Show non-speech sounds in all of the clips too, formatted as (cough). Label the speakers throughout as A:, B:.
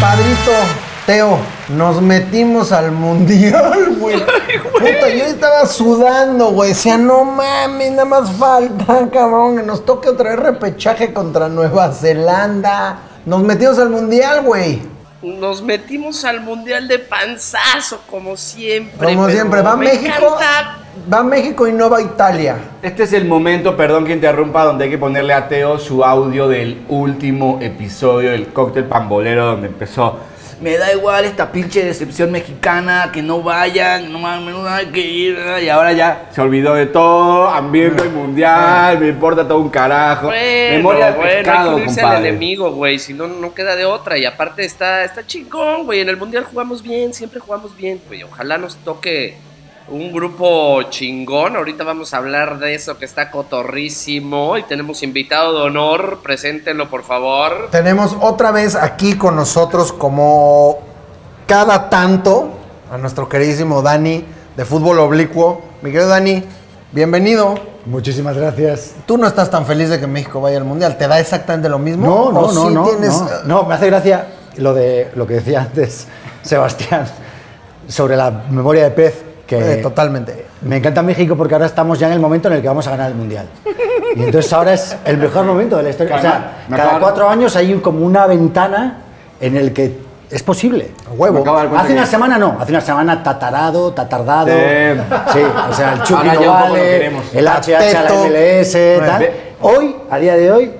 A: Padrito, Teo, nos metimos al mundial,
B: (laughs)
A: güey. Puta, yo estaba sudando, güey. Decía, no mames, nada más falta, (laughs) cabrón, que nos toque otra vez repechaje contra Nueva Zelanda. Nos metimos al mundial, güey.
B: Nos metimos al mundial de panzazo, como siempre.
A: Como
B: pero
A: siempre, va
B: me
A: México.
B: encanta.
A: Va México y no va Italia.
C: Este es el momento, perdón que interrumpa, donde hay que ponerle a Teo su audio del último episodio del cóctel pambolero donde empezó. Me da igual esta pinche decepción mexicana, que no vayan, no mames, no hay que ir. Y ahora ya se olvidó de todo, ambiente
A: Ah,
C: mundial, me importa todo un carajo.
B: Bueno,
C: Memoria de
B: bueno, hay
C: pescado,
B: que unirse al
C: compadre.
B: enemigo, güey. Si no, no queda de otra. Y aparte está, está chingón, güey. En el mundial jugamos bien, siempre jugamos bien, güey. Ojalá nos toque un grupo chingón. Ahorita vamos a hablar de eso que está cotorrísimo. Y tenemos invitado de honor. Preséntenlo, por favor.
A: Tenemos otra vez aquí con nosotros, como cada tanto, a nuestro queridísimo Dani de Fútbol Oblicuo. Mi querido Dani, bienvenido.
D: Muchísimas gracias.
A: Tú no estás tan feliz de que México vaya al mundial. ¿Te da exactamente lo mismo?
D: No,
A: ¿O
D: no, no,
A: sí
D: no,
A: tienes,
D: no.
A: eh,
D: No, me hace gracia lo de lo que decía antes (laughs) Sebastián sobre la memoria de pez que
A: eh, totalmente.
D: Me encanta México porque ahora estamos ya en el momento en el que vamos a ganar el mundial. Y entonces ahora es el mejor momento de la historia. O
C: Carnal,
D: sea,
C: me
D: cada
C: acabo-
D: cuatro años hay un- como una ventana en el que es posible.
C: Me acabo de dar cuenta
D: Hace una
C: que-
D: semana no, hace una semana tatarado, tatardado.
C: Sí.
D: Sí, o sea, el Chucky
C: Ahora ya un poco lo
D: Novale,
C: queremos.
D: el HH, la
A: Tateto.
D: MLS,
A: Bueno,
D: tal.
C: ve-
D: Hoy, a día de hoy,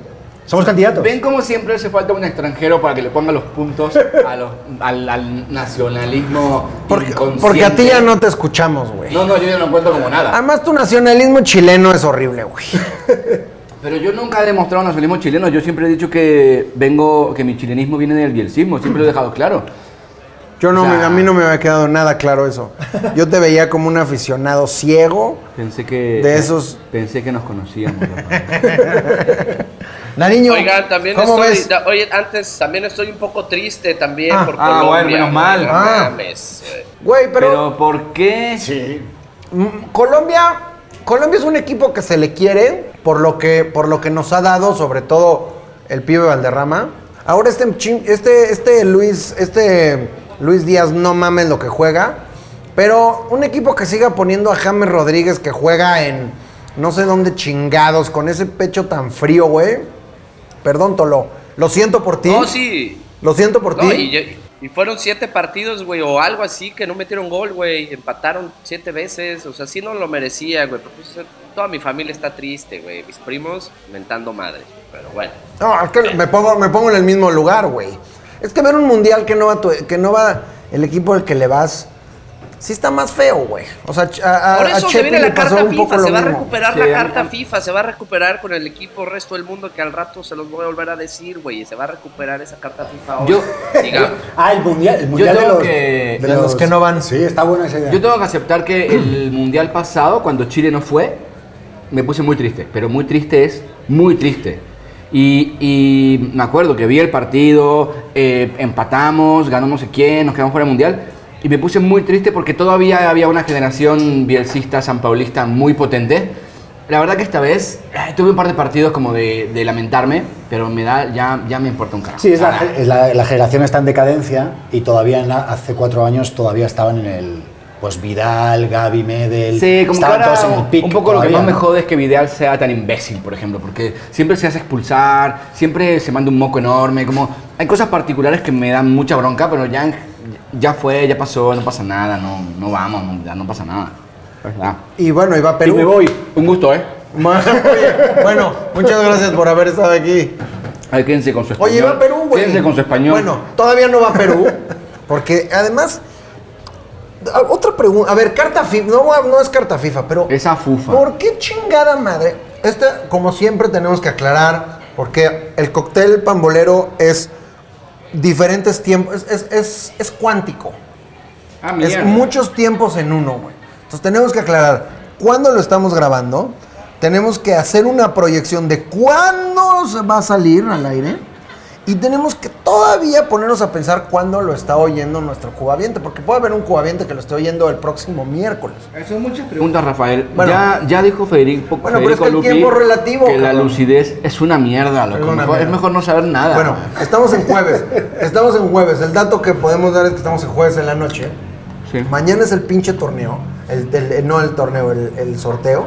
D: somos candidatos.
C: ¿Ven como siempre hace falta un extranjero para que le ponga los puntos a los- al, al nacionalismo
A: Porque,
C: inconsciente?
A: porque a ti ya no te escuchamos, güey.
C: No, no, yo ya no cuento como nada.
A: Además, tu nacionalismo chileno es horrible, güey.
C: Pero yo nunca he demostrado nacionalismo chileno. Yo siempre he dicho que vengo, que mi chilenismo viene del bielcismo. Siempre lo he dejado claro.
A: Yo no,
C: O sea-
A: me- a mí no me había quedado nada claro eso. Yo te veía como un aficionado ciego.
C: Pensé que.
A: De esos-
C: Pensé que
A: (laughs)
C: nos conocíamos.
A: Nariño,
B: Oigan, también
A: ¿cómo
B: estoy,
A: ves?
B: da- oye, antes también estoy un poco triste también
A: Ah.
B: por
C: Ah,
B: Colombia.
C: bueno, menos mal.
B: no
A: Ah.
B: mames, güey.
A: Güey,
C: Pero,
A: pero,
C: ¿por qué?
A: mm, Colombia, Colombia es un equipo que se le quiere por lo que, por lo que nos ha dado, sobre todo el pibe Valderrama. Ahora este, chin- este, este Luis, este Luis Díaz no mames lo que juega. Pero un equipo que siga poniendo a James Rodríguez que juega en no sé dónde chingados, con ese pecho tan frío, güey. Perdón, Tolo. Lo siento por ti.
B: No, sí.
A: Lo siento por
B: No,
A: ti.
B: y, yo- y fueron siete partidos, güey, o algo así, que no metieron gol, güey. Empataron siete veces. O sea, sí no lo merecía, güey. pero pues, toda mi familia está triste, güey. Mis primos mentando madre. Pero bueno.
A: No, es que me pongo, me pongo en el mismo lugar, güey. Es que ver un mundial que no va, tu- que no va el equipo al que le vas, sí está más feo, güey. O sea, ch- a, a-
B: Por
A: a
B: eso se
A: Chepi
B: viene
A: le
B: la
A: pasó
B: carta
A: un poco
B: FIFA.
A: lo
B: Se va a
A: mismo.
B: recuperar
C: Sí,
B: la
C: a mí
B: carta
C: tam-
B: FIFA. Se va a recuperar con el equipo resto del mundo que al rato se los voy a volver a decir, güey. Se va a recuperar esa carta FIFA. ahora.
C: Yo-
B: Digamos.
D: Ah, el mundial, el mundial
C: tengo
D: de, los,
C: que-
A: de los que no van.
D: Sí, está buena esa idea.
C: Yo tengo que aceptar que el mundial pasado, cuando Chile no fue, me puse muy triste. Pero muy triste es muy triste. Y, y me acuerdo que vi el partido, eh, empatamos, ganó no sé quién, nos quedamos fuera del mundial. Y me puse muy triste porque todavía había una generación bielcista, sanpaulista muy potente. La verdad que esta vez ay, tuve un par de partidos como de, de lamentarme, pero me da, ya, ya me importa un carajo.
D: Sí, es la,
C: Ah,
D: es la- la generación está en decadencia y todavía en la- hace cuatro años todavía estaban en el. Pues Vidal, Gaby, Medel.
C: Sí, como que
D: estaban
C: ahora
D: todos en el
C: un-
D: pic
C: un poco lo que
D: todavía,
C: más me
D: ¿no?
C: jode es que Vidal sea tan imbécil, por ejemplo, porque siempre se hace expulsar, siempre se manda un moco enorme, como hay cosas particulares que me dan mucha bronca, pero ya, ya fue, ya pasó, no pasa nada, no, no vamos, no, ya no pasa nada. ¿Verdad?
A: Y bueno, y va Perú.
C: Y me voy. Un gusto, ¿eh?
A: Ma- (laughs) oye, bueno, muchas gracias por haber estado aquí.
C: Ay, quédense con su español.
A: Oye, va Perú, güey.
C: Quédense con su español.
A: Bueno, todavía no va Perú. Porque además. a- Otra pregunta. A ver, carta FIFA. No, voy a- no es carta FIFA, pero.
C: Esa fufa.
A: ¿Por qué chingada madre? Esta, como siempre, tenemos que aclarar. Porque el cóctel pambolero es diferentes tiempos. Es, es, es, es cuántico.
C: Ah,
A: Es
C: mierda.
A: muchos tiempos en uno, güey. Entonces tenemos que aclarar cuándo lo estamos grabando. Tenemos que hacer una proyección de cuándo se va a salir al aire. Y tenemos que todavía ponernos a pensar cuándo lo está oyendo nuestro cubaviente, porque puede haber un cubaviente que lo esté oyendo el próximo miércoles.
C: Son muchas preguntas, Rafael.
A: Bueno.
C: ya, ya dijo Federico,
A: Bueno, pero
C: Federico
A: es que el
C: Lupi
A: tiempo es relativo,
C: que la
A: cabrón.
C: lucidez es una mierda. loco.
A: Es una
C: Mejor-
A: mierda.
C: Es mejor no saber nada.
A: Bueno, estamos en jueves. Estamos en jueves. El dato que podemos dar es que estamos en jueves en la noche.
C: Sí.
A: Mañana es el pinche torneo. El, el- no el torneo, el, el sorteo.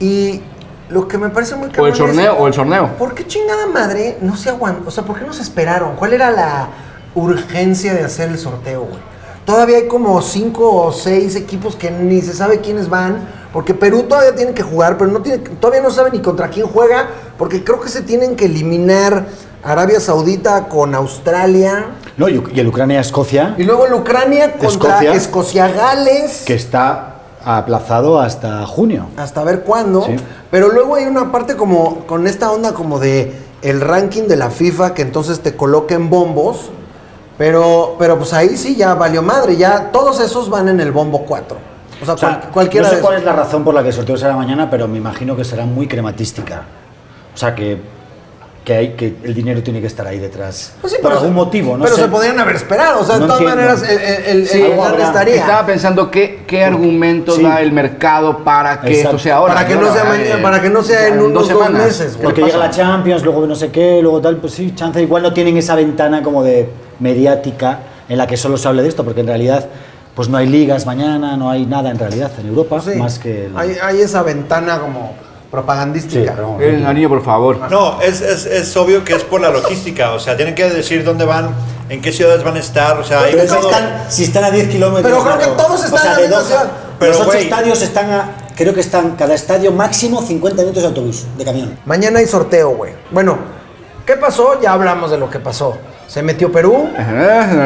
A: Y lo que me parece muy
C: o el
A: cabrón es-
C: sorneo, o el sorneo.
A: ¿Por qué chingada madre no se aguantó? O sea, ¿por qué no se esperaron? ¿Cuál era la urgencia de hacer el sorteo, güey? Todavía hay como cinco o seis equipos que ni se sabe quiénes van, porque Perú todavía tiene que jugar, pero no tiene, todavía no sabe ni contra quién juega, porque creo que se tienen que eliminar Arabia Saudita con Australia.
D: No, y, y el Ucrania-Escocia,
A: Y luego la Ucrania contra
D: Escocia.
A: Escocia-Gales.
D: que está aplazado hasta junio.
A: hasta ver cuándo.
D: Sí.
A: Pero luego hay una parte como con esta onda como de el ranking de la FIFA que entonces te coloca en bombos. Pero, pero pues ahí sí ya valió madre, ya todos esos van en el bombo 4. O sea,
D: O sea,
A: cual- cualquiera
D: no sé
A: de
D: cuál
A: esos.
D: es la razón por la que el sorteo será mañana, pero me imagino que será muy crematística. O sea, que, que, hay, que el dinero tiene que estar ahí detrás.
A: Pues sí,
D: por
A: pero-
D: algún motivo, ¿no?
A: Pero
D: sé.
A: se podrían haber esperado, o sea, de
D: No
A: todas
D: entiendo.
A: maneras el, el, el-
D: Sí,
A: el
D: algo
A: lugar
D: habrá.
A: estaría.
C: Estaba pensando qué, qué argumento
D: Sí.
C: da el mercado para que
D: Exacto.
C: esto sea ahora.
A: Para que no sea mañana, para que no sea en
C: dos
A: unos dos
C: semanas.
A: meses, güey.
D: Porque
C: ¿Qué le
D: llega la
C: pasa?
D: Champions, luego no sé qué, luego tal, pues sí, chance igual no tienen esa ventana como de mediática en la que solo se hable de esto, porque en realidad pues no hay ligas mañana, no hay nada en realidad en Europa,
A: Sí.
D: más que... el-
A: hay, hay esa ventana como
D: Sí,
A: propagandística.
D: pero vamos,
C: El anillo, por favor.
E: No, es, es, es obvio que es por la logística, o sea, tienen que decir dónde van, en qué ciudades van a estar, o sea, hay
D: Pero si
E: todo-
D: están, si están a 10 kilómetros.
A: Pero creo que
D: ¿no?
A: todos están
D: o sea,
A: en la
D: de
A: misma
D: dos-
A: ciudad.
E: Pero,
D: los ocho
E: güey.
D: estadios están a. Creo que están cada estadio máximo 50 minutos de autobús, de camión.
A: Mañana hay sorteo, güey. Bueno, ¿qué pasó? Ya hablamos de lo que pasó. Se metió
D: Eh.
A: Perú,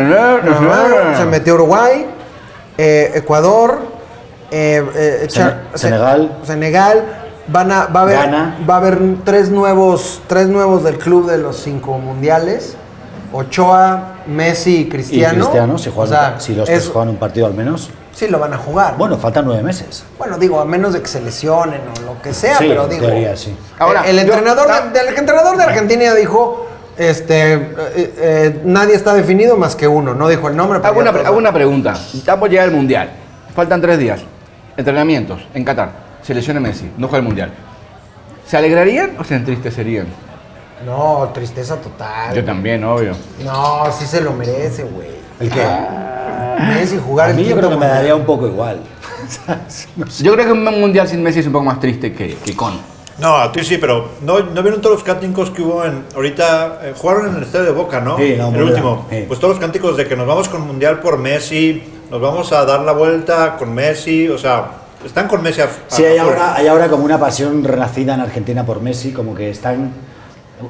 A: Ajá, se metió Uruguay, eh, Ecuador, eh, eh, Char-
D: Sene- Senegal.
A: Se- Senegal. Van a, va, a haber,
D: Ghana.
A: va a haber tres nuevos, tres nuevos del club de los cinco mundiales. Ochoa, Messi y Cristiano.
D: Y Cristiano, si, juegan
A: O sea,
D: un- si los
A: es-
D: tres juegan un partido al menos.
A: Sí, lo van a jugar. Bueno,
D: Bueno, faltan nueve meses.
A: digo, a menos de que se lesionen o lo que sea,
D: Sí,
A: pero
D: en
A: digo. eh,
D: teoría, sí.
C: Ahora,
A: el, el
C: yo-
A: entrenador de, el entrenador de Argentina dijo, este, eh, eh, nadie está definido más que uno. No dijo el nombre. pero
C: Hago
A: ya
C: una,
A: todos-
C: hago una pregunta. Estamos por llegar al mundial. Faltan tres días. Entrenamientos en Qatar. Se lesiona Messi. No juega el mundial. ¿Se alegrarían o se entristecerían?
A: No, tristeza total.
C: Yo también, obvio.
A: No, sí se lo merece, güey. Ah.
D: ¿El qué?
A: Messi
D: a
A: jugar el
D: mí yo
A: quinto
D: creo que me
A: mundial.
D: daría un poco igual.
C: Yo creo que un mundial sin Messi es un poco más triste que, que con.
E: No, a ti sí, pero ¿no, no vieron todos los cánticos que hubo en. Ahorita eh, jugaron en el estadio de Boca, ¿no?
D: Sí, no,
E: el
D: muy
E: último.
D: bien, sí.
E: Pues todos los cánticos de que nos vamos con Mundial por Messi, nos vamos a dar la vuelta con Messi, o sea, están con Messi a,
D: Sí, hay ahora, hay ahora como una pasión renacida en Argentina por Messi, como que están.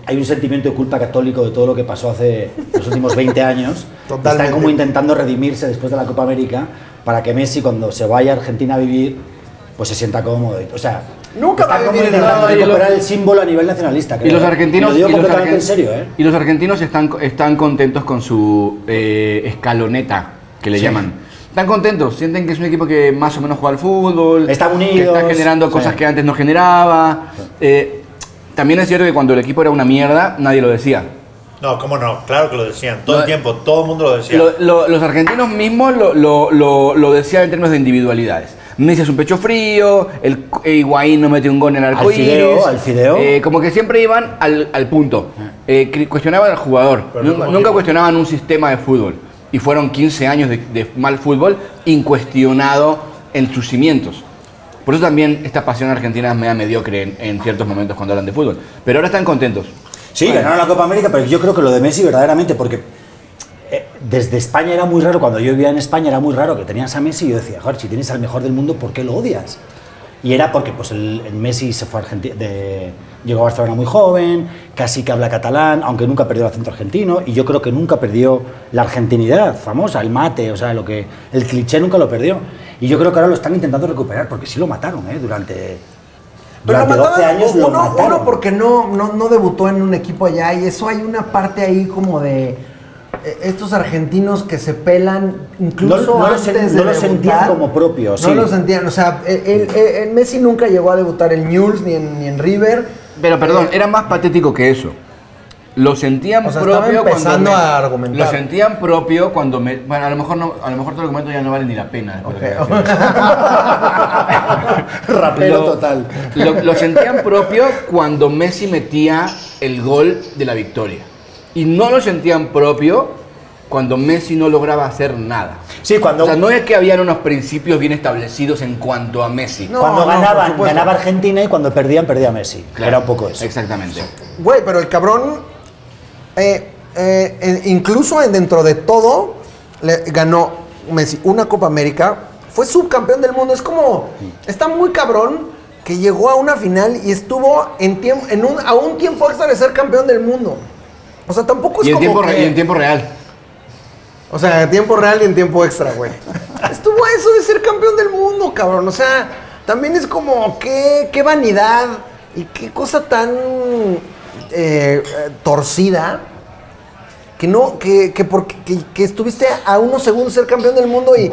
D: Hay un sentimiento de culpa católico de todo lo que pasó hace los últimos
A: (laughs)
D: 20 años.
A: Totalmente.
D: Están como intentando redimirse después de la Copa América para que Messi, cuando se vaya a Argentina a vivir, pues se sienta cómodo. O sea,
A: Nunca va a
D: están como
A: vivir en
D: intentando
C: nada, y lo-
D: recuperar el símbolo a nivel nacionalista.
C: Y
D: creo,
C: los
D: ¿eh?
C: argentinos,
D: Lo digo
C: y los
D: completamente
C: argen-
D: en serio, ¿eh?
C: y los argentinos están, están contentos con su eh, escaloneta, que le llaman. Están contentos, sienten que es un equipo que más o menos juega al fútbol,
D: Están
C: que está
D: unidos,
C: generando
D: sí.
C: cosas que antes no generaba. Eh, también es cierto que cuando el equipo era una mierda, nadie lo decía.
E: No, cómo no, claro que lo decían, todo
C: Lo-
E: el tiempo, todo el mundo lo decía.
C: Lo- lo- los argentinos mismos lo, lo- lo- lo decían en términos de individualidades. Messi es un pecho frío, el eh, Higuaín no mete un gol en el
D: Al
C: arco
D: fideo, al fideo.
C: como que siempre iban al, al punto. Eh, cri- cuestionaban al jugador,
E: Pero
C: nu-
E: no como
C: nunca
E: equipo.
C: cuestionaban un sistema de fútbol. Y fueron 15 años de, de mal fútbol incuestionado en sus cimientos. Por eso también esta pasión argentina es media mediocre en, en ciertos momentos cuando hablan de fútbol. Pero ahora están contentos.
D: Sí, ganaron la Copa América, pero yo creo que lo de Messi verdaderamente, porque eh, desde España era muy raro, cuando yo vivía en España era muy raro que tenías a Messi y yo decía, joder, si tienes al mejor del mundo, ¿por qué lo odias? Y era porque pues el, el Messi se fue a Argentina, llegó a Barcelona muy joven, casi que habla catalán, aunque nunca perdió el acento argentino, y yo creo que nunca perdió la argentinidad famosa, el mate, o sea, lo que el cliché nunca lo perdió. Y yo creo que ahora lo están intentando recuperar, porque sí lo mataron, ¿eh? Durante,
A: Pero lo
D: durante 12
A: mataron,
D: años
A: uno,
D: lo mataron.
A: uno porque no, no, no debutó en un equipo allá y eso hay una parte ahí como de eh, estos argentinos que se pelan incluso
D: No- no lo
A: antes
D: sen-
A: de
D: no lo sentían
A: debutar.
D: como propio,
A: No
D: sí.
A: lo sentían, o sea, el, el- el Messi nunca llegó a debutar en Newell's ni en, ni en River.
C: Pero perdón, era más patético que eso. Lo sentían
A: Eh, O sea, estaba
C: propio
A: empezando
C: cuando
A: a argumentar.
C: Lo sentían propio cuando me bueno, a lo mejor no, a lo mejor tu argumento ya no vale ni la pena. después de lo que voy a
A: (laughs)
C: decir.
D: Rapero total.
C: Lo, lo sentían propio cuando Messi metía el gol de la victoria. Y no lo sentían propio cuando Messi no lograba hacer nada.
D: Sí, cuando,
C: O sea, no es que habían unos principios bien establecidos en cuanto a Messi.
A: No,
D: cuando
A: por
D: ganaban,
A: supuesto.
D: ganaba Argentina y cuando perdían, perdía Messi.
C: Claro,
D: Era un poco eso.
C: Exactamente.
A: Güey, pero el cabrón, eh, eh, eh, incluso en- dentro de todo, le ganó Messi una Copa América, fue subcampeón del mundo. Es como, está muy cabrón que llegó a una final y estuvo en tiemp- en un, a un tiempo extra de ser campeón del mundo. O sea, tampoco es
C: y, en
A: Pues como
C: tiempo,
A: que-
C: re- y en tiempo real.
A: O sea, en tiempo real y en tiempo extra, güey. (laughs) Estuvo a eso de ser campeón del mundo, cabrón. O sea, también es como qué, qué vanidad y qué cosa tan eh, eh, torcida que no, que, que, porque, que, que estuviste a unos segundos de ser campeón del mundo y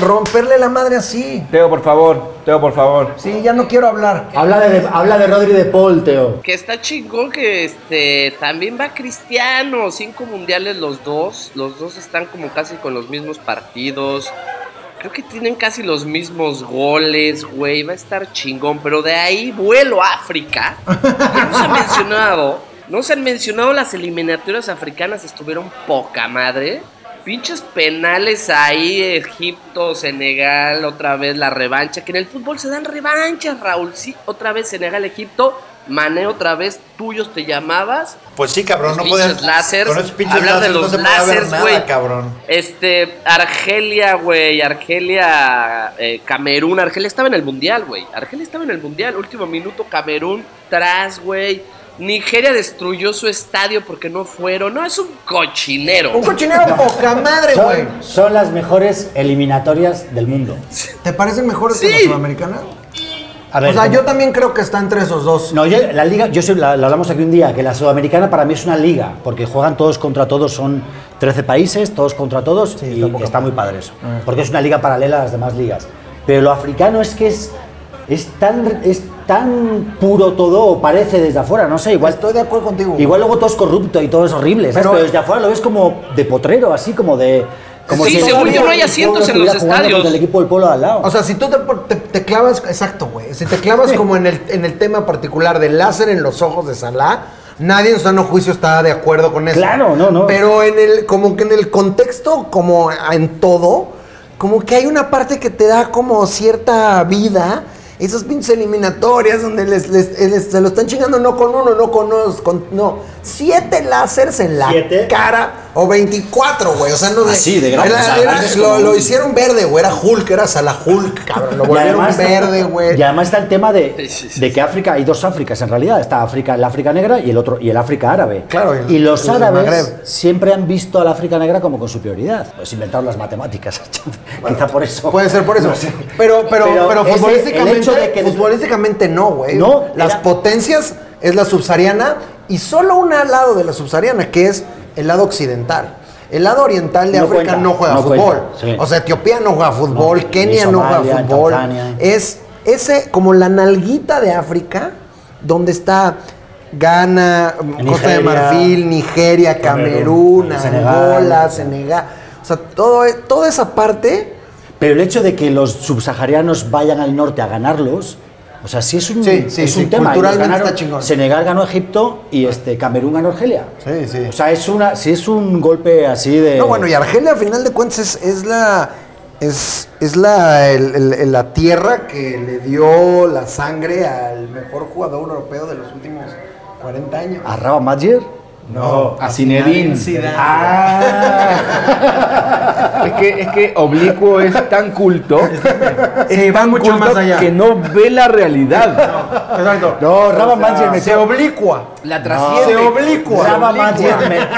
A: romperle la madre así.
C: Teo, por favor. Teo, por favor.
A: Sí, ya no quiero hablar.
D: Habla de, habla de Rodri de Paul, Teo.
B: Que está chingón que este también va Cristiano, cinco mundiales los dos, los dos están como casi con los mismos partidos. Creo que tienen casi los mismos goles, güey, va a estar chingón, pero de ahí vuelo a África. Ya no se ha mencionado, no se han mencionado las eliminatorias africanas, estuvieron poca madre. Pinches penales ahí, Egipto, Senegal, otra vez la revancha, que en el fútbol se dan revanchas, Raúl, sí, otra vez Senegal, Egipto, Mané otra vez, tuyos te llamabas,
E: Pues sí, cabrón, no
B: Los pinches
E: puedes.
B: lásers,
E: Con esos pinches
B: hablar de
E: lásers no
B: los
E: se puede ver
B: lásers,
E: nada,
B: güey.
E: cabrón.
B: Este, Argelia, güey, Argelia, eh, Camerún, Argelia estaba en el Mundial, güey. Argelia estaba en el Mundial, último minuto, Camerún, tras, güey. Nigeria destruyó su estadio porque no fueron. No, es un cochinero.
A: Un cochinero poca madre, güey.
D: Son, son las mejores eliminatorias del mundo.
A: ¿Te parecen mejores que la
B: Sí.
A: sudamericana?
D: A
A: O
D: ver,
A: sea,
D: como-
A: yo también creo que está entre esos dos.
D: No, yo, la liga, yo soy- la, la hablamos aquí un día, que la sudamericana para mí es una liga, porque juegan todos contra todos, son 13 países, todos contra todos, y
A: está poca
D: está muy padre eso, porque es una liga paralela a las demás ligas. Pero lo africano es que es, es, tan, es tan puro todo, o parece desde afuera, no sé, igual,
A: Estoy de acuerdo contigo.
D: igual luego todo es corrupto y todo es horrible, ¿sabes?
A: Pero-
D: Pero, desde afuera lo ves como de potrero, así como de... Como
B: Sí, según
D: todavía
B: yo no hay
D: el pueblo
B: asientos en
D: estuviera
B: los
D: jugando
B: estadios.
D: contra El equipo del pueblo de al lado.
A: O sea, si tú te, te- te clavas, exacto, güey. Si te clavas como en el, en el tema particular del láser en los ojos de Salah, nadie en su sano juicio está de acuerdo con eso.
D: Claro, no, no.
A: Pero en el, como que en el contexto, como en todo, como que hay una parte que te da como cierta vida. Esas pinches eliminatorias donde les, les- eh, les- se lo están chingando no con uno, no con dos, con, no. Siete láseres en la
D: Siete.
A: cara o 24, güey. O sea, no
F: Así, Ah, de grande,
A: era-
F: o sea,
A: era-
F: grandes
A: lo,
F: como-
A: lo hicieron verde, güey. Era Hulk, era Salah Hulk, cabrón. Lo
D: (laughs) Y
A: volvieron
D: además-
A: verde, güey.
D: Y además está el tema de,
B: Sí, sí, sí,
D: de que África, hay dos Áfricas en realidad, está África, la África negra y el otro y el África árabe.
A: Claro, el-
D: y los
A: el
D: árabes
A: Magreb.
D: siempre han visto a la África negra como con superioridad. Pues inventaron las matemáticas, (laughs) quizá por eso.
A: Puede ser por eso.
D: (laughs) No sé.
A: Pero, pero, pero,
D: ese-
A: futbolísticamente,
D: el hecho de que des-
A: futbolísticamente no, güey.
D: No,
A: Las
D: era-
A: potencias es la subsahariana y solo un lado de la subsahariana, que es el lado occidental. El lado oriental de
D: No
A: África
D: cuenta,
A: no juega
D: no
A: fútbol.
D: cuenta, sí.
A: O sea, Etiopía no juega fútbol,
D: No, ni
A: Kenia no juega
D: Somalia, ni
A: fútbol.
D: Tanzania.
A: Es ese como la nalguita de África, donde está Ghana, mm, Costa de
D: Nigeria,
A: Marfil, Nigeria, Camerún,
D: Camerún,
A: Angola,
D: Senegal.
A: Senegal. O sea, todo, e, toda esa parte.
D: Pero el hecho de que los subsaharianos vayan al norte a ganarlos, o sea, sí es un,
A: Sí, sí,
D: es
A: sí,
D: un tema. y los
A: culturalmente
D: ganaron-
A: está chingón.
D: Senegal ganó a Egipto y este Camerún ganó a Argelia.
A: Sí, sí.
D: O sea, es una, sí es un golpe así de.
A: No, bueno, y Argelia al final de cuentas es, es la. Es, es la, el- el- el- la tierra que le dio la sangre al mejor jugador europeo de los últimos 40 años.
D: ¿A Raba Madjer?
A: Ah, No,
C: A Zinedine.
D: Ah,
C: Es que, es que Oblicuo es tan culto,
A: Sí, van mucho
C: culto
A: más allá.
C: que no ve la realidad.
A: Exacto.
D: no, Raba Madjer
A: Se
D: metió.
A: oblicua.
C: La
A: Se
C: trasciende.
A: oblicua.
D: Raba
A: oblicua.
D: Madjer, me-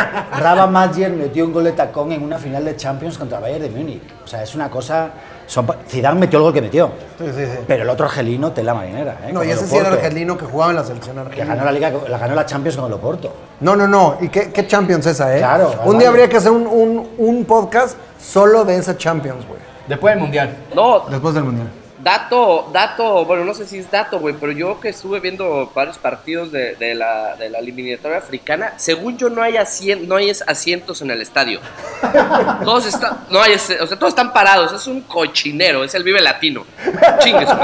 D: Raba Madjer metió un gol de tacón en una final de Champions contra el Bayern de Múnich. O sea, es una cosa. Son, pa- Zidane metió el gol que metió.
A: Sí, sí, sí.
D: Pero el otro argelino, tela marinera. ¿eh?
A: No,
D: Con
A: y
D: el
A: ese sí era
D: Oporto.
A: argelino que jugaba en la selección
D: Que ganó
A: argelina.
D: la, Liga, la ganó la Champions con el Oporto.
A: No, no, no. ¿Y qué, qué Champions esa, eh?
D: Claro,
A: Un día
D: vale.
A: habría que hacer un, un, un podcast solo de esa Champions, güey.
C: Después del mundial.
B: No,
A: Después del Mundial.
B: Dato, dato, bueno, no sé si es dato, güey, pero yo que estuve viendo varios partidos de, de la, de la eliminatoria africana, según yo no hay, asien- no hay es- asientos en el estadio. Todos están, no hay, ese- o sea, todos están parados, es un cochinero, es el vive latino. Chingues, güey.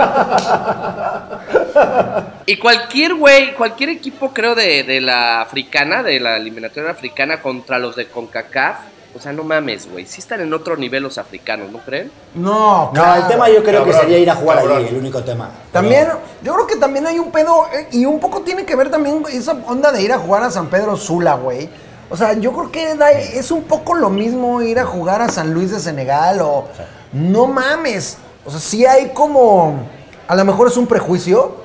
B: Y cualquier güey, cualquier equipo creo de, de la africana, de la eliminatoria africana contra los de CONCACAF, o sea, no mames, güey, sí están en otro nivel los africanos, ¿no creen?
A: No,
D: No, el tema yo creo que
E: Cabrón,
D: sería ir a jugar
E: cabrón.
D: allí, el único tema.
A: También, yo creo que también hay un pedo, eh, y un poco tiene que ver también esa onda de ir a jugar a San Pedro Sula, güey. O sea, yo creo que da- es un poco lo mismo ir a jugar a San Luis de Senegal o... No mames. O sea, sí hay como... A lo mejor es un prejuicio,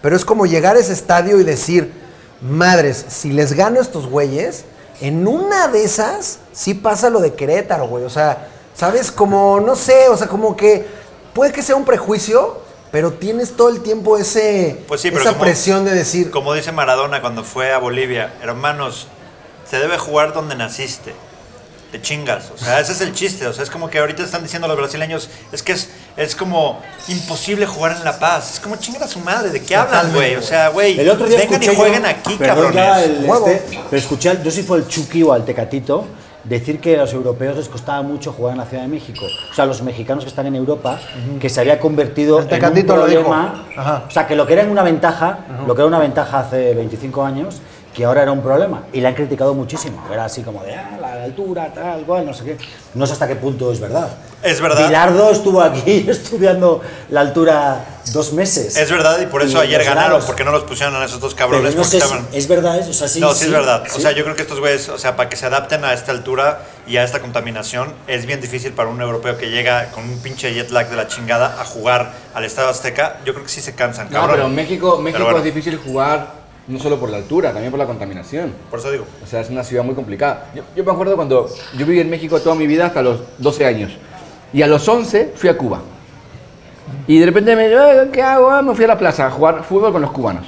A: pero es como llegar a ese estadio y decir, madres, si les gano a estos güeyes, en una de esas sí pasa lo de Querétaro, güey. O sea, ¿sabes? Como, no sé, o sea, como que puede que sea un prejuicio, pero tienes todo el tiempo ese,
E: Pues sí, pero
A: esa
E: como-
A: presión de decir,
E: Como dice Maradona cuando fue a Bolivia, hermanos, se debe jugar donde naciste. Te chingas, o sea, ese es el chiste, o sea, es como que ahorita están diciendo los brasileños, es que es, es como imposible jugar en La Paz, es como chingar a su madre, ¿de qué hablan, güey? O sea, güey,
D: El otro día
E: vengan
D: escuché
E: y
D: yo-
E: jueguen aquí,
D: perdón, ya
E: cabrones.
D: el
A: Huevo.
D: este, pero escuché, al- no sé si fue el Chucky o al Tecatito, decir que a los europeos les costaba mucho jugar en la Ciudad de México. O sea, los mexicanos que están en Europa, que se había convertido
A: El Tecatito
D: en
A: lo
D: un
A: dijo.
D: problema.
A: Ajá.
D: O sea, que lo que era una ventaja, lo que era una ventaja hace 25 años, que ahora era un problema. Y la han criticado muchísimo. Era así como de, ah, la la altura, tal, cual, no sé qué. No sé hasta qué punto es verdad.
E: Es verdad.
D: Bilardo estuvo aquí (laughs) estudiando la altura dos meses.
E: Es verdad, y por eso
D: Y
E: ayer
D: los
E: ganaron,
D: grados.
E: porque no los pusieron a esos dos
D: Pero
E: cabrones.
D: no
E: porque
D: sé si-
E: estaban-
D: es verdad eso, o sea, sí,
E: no, sí, es verdad. O
D: sí.
E: sea, yo creo que estos güeyes, o sea, para que se adapten a esta altura y a esta contaminación, es bien difícil para un europeo que llega con un pinche jet lag de la chingada a jugar al Estado Azteca. Yo creo que sí se cansan,
C: No,
E: cabrón.
C: pero en México, México
E: Pero bueno,
C: es difícil jugar no solo por la altura, también por la contaminación.
E: Por eso digo.
C: O sea, es una ciudad muy complicada. Yo, yo me acuerdo cuando yo viví en México toda mi vida hasta los 12 años. Y a los 11 fui a Cuba. Y de repente me "Ah, ¿qué hago? Ah, Me fui a la plaza a jugar fútbol con los cubanos.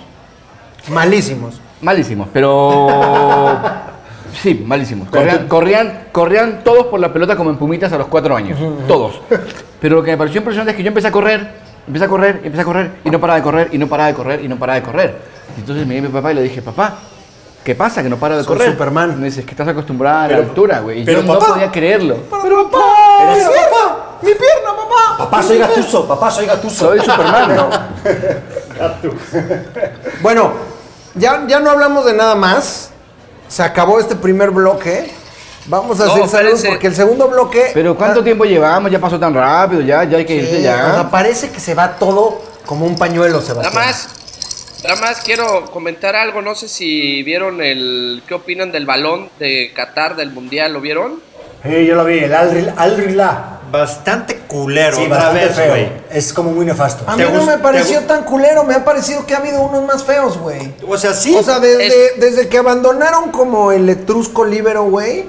A: malísimos.
C: Malísimos,
A: (laughs)
C: pero... Sí, malísimos. Corrían, corrían, corrían todos por la pelota como en pumitas a los cuatro años. Todos. Pero lo que me pareció impresionante es que yo empecé a correr, empecé a correr, empecé a correr, y no paraba de correr, y no paraba de correr, y no paraba de correr. Y entonces me llamé a mi papá y le dije, papá, ¿qué pasa que no paro de
A: Soy
C: correr?
A: Superman.
C: Y Me dices que estás acostumbrada a la
E: Pero-
C: altura, güey. Y
E: pero
C: yo
E: papá.
C: no podía creerlo.
A: Pero papá,
D: Pero
A: mi
D: sí.
A: pierna, mi pierna, papá.
D: Papá, soy gatuso, papá, soy gatuso.
C: Soy Superman, ¿no?
A: Bueno, ya, ya no hablamos de nada más. Se acabó este primer bloque. Vamos a
B: No,
A: hacer saludos
B: espérense.
A: porque el segundo bloque.
C: Pero ¿cuánto
A: Ah,
C: tiempo llevamos? Ya pasó tan rápido, ya, ya hay que irse
A: sí, o sea,
C: ya.
A: parece que se va todo como un pañuelo,
B: Nada
A: Sebastián.
B: más, nada más quiero comentar algo, no sé si vieron el, ¿qué opinan del balón de Qatar del Mundial? ¿Lo vieron?
D: Sí, yo lo vi, el Al- Al-Rila.
E: Bastante culero,
D: Sí,
E: otra
D: bastante
E: vez, güey.
D: feo. Es como muy nefasto.
A: A mí
E: ¿Te
A: no
E: gust-
A: me
E: te
A: pareció
E: gu-
A: tan culero, me ha parecido que ha habido unos más feos, güey.
E: O sea, sí.
A: O sea, desde, desde que abandonaron como el Etrusco Libero, güey,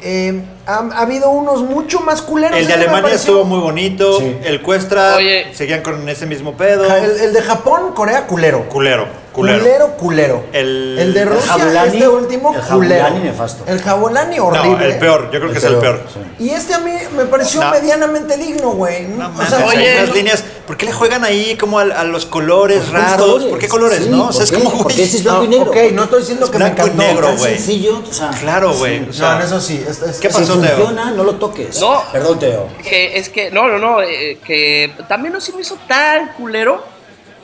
A: eh, ha, ha habido unos mucho más culeros.
E: el de
A: Ese me
E: Alemania
A: pareció-
E: estuvo muy bonito.
D: Sí.
E: El Cuestra.
B: Oye.
E: Seguían con ese mismo pedo.
A: Ja, El, el de Japón, Corea, culero.
E: Culero, culero.
A: Culero, culero.
E: El-
A: de
E: el
A: Rusia,
D: Jaulani,
A: este último,
D: el
A: culero.
D: Jaulani nefasto.
A: El Jabolani horrible.
E: No, el peor. Yo creo que es el peor.
D: Sí.
A: Y este a mí me pareció
E: No.
A: medianamente digno, güey.
E: No
A: o
E: mames,
A: sea,
E: hay
B: oye,
E: unas
B: no-
E: líneas. ¿Por qué le juegan ahí como al- a, los colores
D: ¿Por qué los
E: raros?
D: colores?
E: ¿Por qué colores,
D: Sí,
E: no? O sea, es
D: ¿por qué?
E: como, güey,
D: Porque ese es
A: no,
D: blanco y negro.
A: Ah, ok, no estoy diciendo
E: Es
A: que
E: blanco
A: me
E: y
A: encantó.
E: negro,
D: tan
E: güey.
D: sencillo, o sea,
E: Claro, güey.
D: sí.
E: o
A: No,
E: sea,
A: en eso sí. es- es-
E: ¿Qué
A: es-
D: Si
E: pasó, Teo?
D: funciona, no lo toques.
B: No.
D: Perdón, Teo.
B: Que es que, no, no, no, eh, que también no se me hizo tan culero,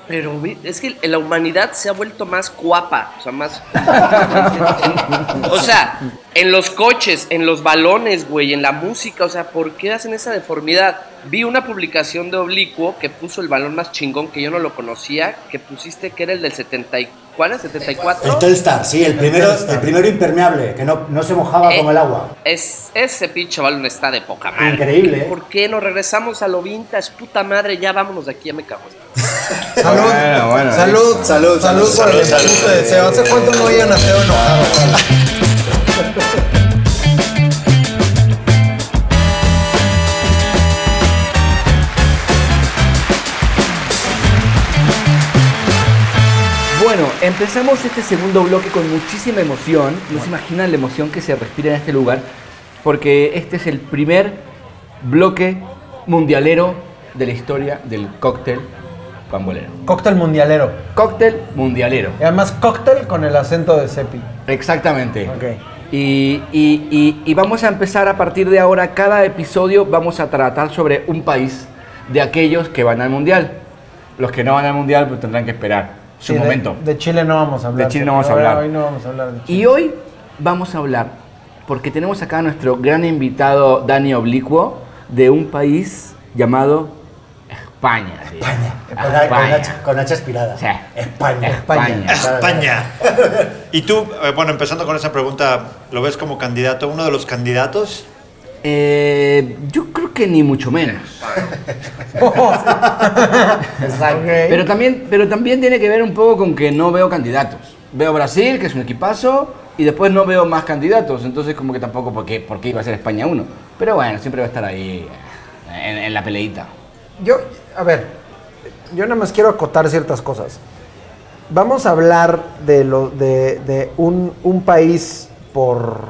B: pero vi- es que la humanidad se ha vuelto más guapa, o sea, más... (laughs) o sea, en los coches, en los balones, güey, en la música, o sea, ¿por qué hacen esa deformidad? Vi una publicación de Oblicuo que puso el balón más chingón, que yo no lo conocía, que pusiste que era el del 70 y... ¿Cuál es?
D: El
B: ¿74?
D: Telstar, sí, el primero,
A: Telstar.
D: el primero impermeable, que no, no se mojaba
B: Eh.
D: como el agua.
B: Es, ese pinche balón está de poca madre.
D: Increíble, ¿eh?
B: ¿Por qué no regresamos a lo vintage? Puta madre, ya vámonos de aquí, ya me cago en-
A: Salud.
C: Bueno, bueno,
A: salud.
C: listo.
A: Salud. Salud por el
E: salud.
A: chiste de Seba. ¿Hace cuánto no oían a Teo enojado?
C: Bueno, empezamos este segundo bloque con muchísima emoción. No se imaginan la emoción que se respira en este lugar, porque este es el primer bloque mundialero de la historia del cóctel pambolero.
A: Cóctel mundialero.
C: Cóctel mundialero.
A: Y además cóctel con el acento de Cepi.
C: Exactamente.
A: Ok.
C: Y, y- y- y vamos a empezar a partir de ahora, cada episodio vamos a tratar sobre un país de aquellos que van al mundial. Los que no van al mundial pues tendrán que esperar su
A: Sí, de-
C: momento.
A: De, Chile no vamos a hablar.
C: De Chile no
A: Cepi.
C: vamos a
A: Hoy-
C: hablar.
A: Hoy no vamos a hablar de Chile.
C: Y hoy vamos a hablar, porque tenemos acá a nuestro gran invitado Dani Oblicuo, de un país llamado España. tío.
D: Con, la- con H, con H aspirada.
C: Sí.
D: España.
C: España.
E: España. Y tú, eh, bueno, empezando con esa pregunta, ¿lo ves como candidato, uno de los candidatos?
C: Eh, yo creo que ni mucho menos.
A: Exacto.
C: Pero también, pero también tiene que ver un poco con que no veo candidatos. Veo Brasil, que es un equipazo, y después no veo más candidatos. Entonces como que tampoco, ¿por qué, por qué iba a ser España uno? Pero bueno, siempre va a estar ahí eh, en, en la peleita.
A: Yo, a ver, yo nada más quiero acotar ciertas cosas. Vamos a hablar de, lo, de, de un, un país por,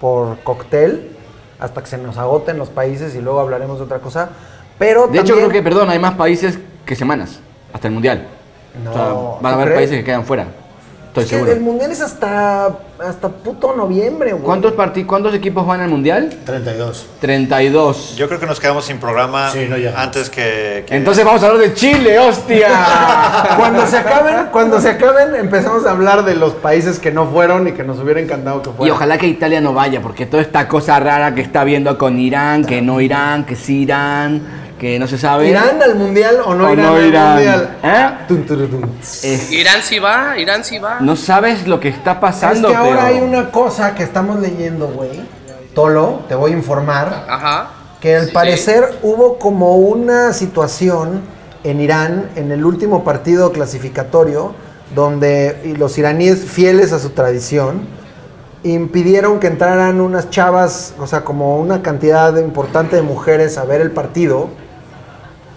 A: por cóctel hasta que se nos agoten los países y luego hablaremos de otra cosa. Pero
C: De hecho,
A: también-
C: creo que, perdón, hay más países que semanas, hasta el Mundial.
A: No,
C: o sea,
A: ¿tú
C: van a haber
A: crees?
C: países que quedan fuera. Estoy
A: Es que
C: seguro.
A: el mundial es hasta, hasta puto noviembre, güey.
C: ¿Cuántos, parti- ¿Cuántos equipos van al Mundial?
D: 32.
C: 32.
E: Yo creo que nos quedamos sin programa
D: Sí, no llegamos.
E: antes que... que-
C: Entonces vamos a hablar de
A: (laughs)
C: Chile, hostia.
A: Ah, Cuando
C: (laughs)
A: se acaben, cuando se acaben, empezamos a hablar de los países que no fueron y que nos hubiera encantado que fueran.
C: Y ojalá que Italia no vaya, porque toda esta cosa rara que está viendo con Irán, que no Irán, que sí Irán, que no se sabe.
A: ¿Irán al mundial o no
C: O
A: irán
C: no
A: al
C: irán.
A: mundial?
C: ¿Eh?
A: Tun, turu, tun.
C: Es-
B: Irán sí va, Irán sí va.
C: no sabes lo que está
A: Es
C: pasando.
A: que ahora
C: pero-
A: hay una cosa que estamos leyendo, güey. Tolo, te voy a informar
B: Ajá.
A: que al
B: Sí.
A: parecer hubo como una situación en Irán en el último partido clasificatorio donde y los iraníes fieles a su tradición impidieron que entraran unas chavas, o sea, como una cantidad importante de mujeres a ver el partido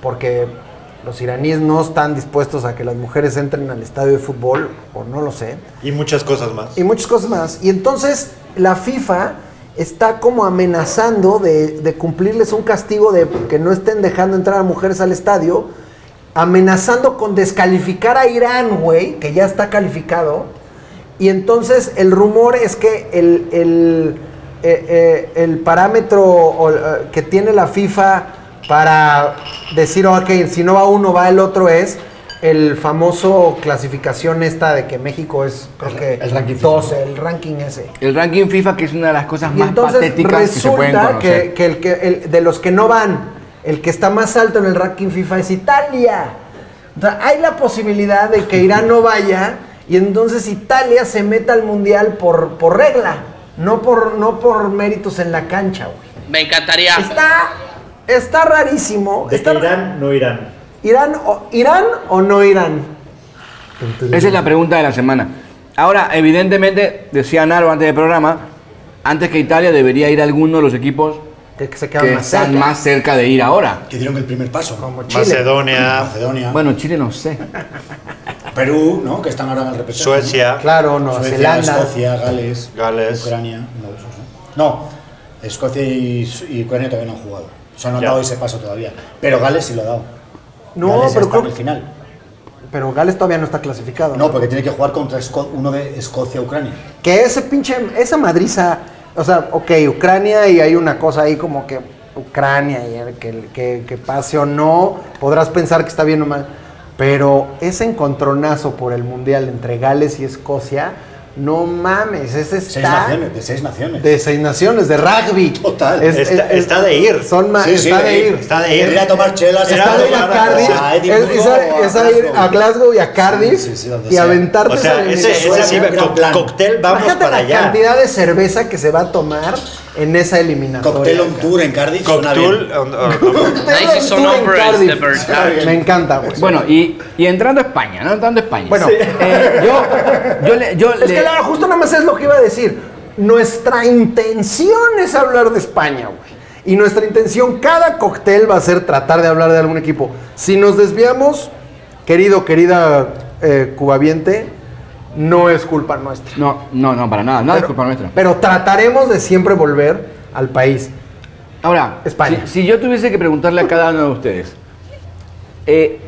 A: porque los iraníes no están dispuestos a que las mujeres entren al estadio de fútbol o no lo sé
E: Y muchas cosas más.
A: y muchas cosas más. Y entonces la FIFA está como amenazando de, de cumplirles un castigo de que no estén dejando entrar a mujeres al estadio, amenazando con descalificar a Irán, güey, que ya está calificado. Y entonces el rumor es que el, el, eh, eh, el parámetro o, eh, que tiene la FIFA para decir, "Oh, ok, si no va uno, va el otro es el famoso clasificación esta de que México es, creo que,
D: el ranking FIFA.
A: 12, el ranking ese.
C: El ranking FIFA, que es una de las cosas
A: Y
C: más
A: entonces
C: patéticas que se pueden
A: resulta
C: conocer.
A: que, que el que el- de los que no van, el que está más alto en el ranking FIFA es Italia. O sea, hay la posibilidad de que Irán no vaya y entonces Italia se meta al mundial por, por regla, no por, no por méritos en la cancha, güey.
B: Me encantaría.
A: Está, está rarísimo.
D: De
A: Está-
D: que Irán no Irán.
A: Irán o, ¿Irán o no Irán?
C: Esa es la pregunta de la semana. Ahora, evidentemente, decía Naro antes del programa, antes que Italia debería ir alguno de los equipos
A: Que, que se
C: que
A: quedan más
C: están
A: cerca.
C: más cerca de ir ahora.
D: Que dieron el primer paso.
A: Como Chile.
E: Macedonia,
A: Ah.
D: Macedonia.
C: Bueno, Chile
A: (laughs)
C: no sé.
D: Perú, ¿no? Que están ahora en el repechaje.
E: Ah. Suecia.
A: Claro, Nueva
D: Suecia,
A: Zelanda.
D: Escocia, Gales,
E: Gales.
D: Ucrania. No, esos, ¿no? No, Escocia y, Su- y Ucrania todavía no han jugado. O sea, no han
E: Ya.
D: dado ese paso todavía. Pero Gales sí lo ha dado.
A: No,
D: Gales
A: pero
D: está en
A: creo-
D: el final.
A: Pero Gales todavía no está clasificado.
D: No, porque tiene que jugar contra Esco- uno de Escocia-Ucrania.
A: Que ese pinche, esa madriza, o sea, ok, Ucrania y hay una cosa ahí como que Ucrania y el que, que- que pase o no, podrás pensar que está bien o mal, pero ese encontronazo por el Mundial entre Gales y Escocia, no mames, ese
D: Seis
A: está
D: naciones, de seis naciones.
A: de seis naciones, de rugby.
D: Total.
E: Está- está de ir.
A: Son ma-
D: Sí, sí,
A: está
D: de
A: de
D: ir,
A: ir.
E: está de ir.
D: Ir a tomar chelas,
E: Era
A: Está de ir a
E: tomar-
A: Cardiff,
E: o sea,
D: a Edimburgo
A: es, es a-
D: o a
A: es a ir a Glasgow y a Cardiff
D: Sí, sí, sí, donde
A: y
D: sea.
A: aventarte
E: O sea,
A: esa
E: ese, ese sí,
D: Era un gran
E: co-
D: plan.
E: cóctel, vamos
A: Imagínate
E: para
A: la
E: allá.
A: cantidad de cerveza que se va a tomar en esa eliminatoria.
D: Cocktail on
A: cara.
D: tour en Cardiff. suena
E: Cóctel, (laughs)
D: bien.
E: on- on-
A: Cocktail
B: Ahí sí
A: on
B: son
A: tour en
B: hombres de
A: Cardiff.
B: verdad.
A: Me encanta, güey.
C: Bueno, y, y entrando a España, ¿no? Entrando a España.
A: Bueno. Sí.
C: eh, yo, yo le... Yo
A: es
C: le-
A: que la- justo nada más es lo que iba a decir. Nuestra intención es hablar de España, güey. Y nuestra intención, cada cóctel va a ser tratar de hablar de algún equipo. Si nos desviamos, querido, querida eh, cubaviente, no es culpa nuestra.
C: No, no, no, para nada. Nada es culpa nuestra.
A: Pero trataremos de siempre volver al país.
C: Ahora,
A: España.
C: Si, si yo tuviese que preguntarle a cada uno de ustedes, eh,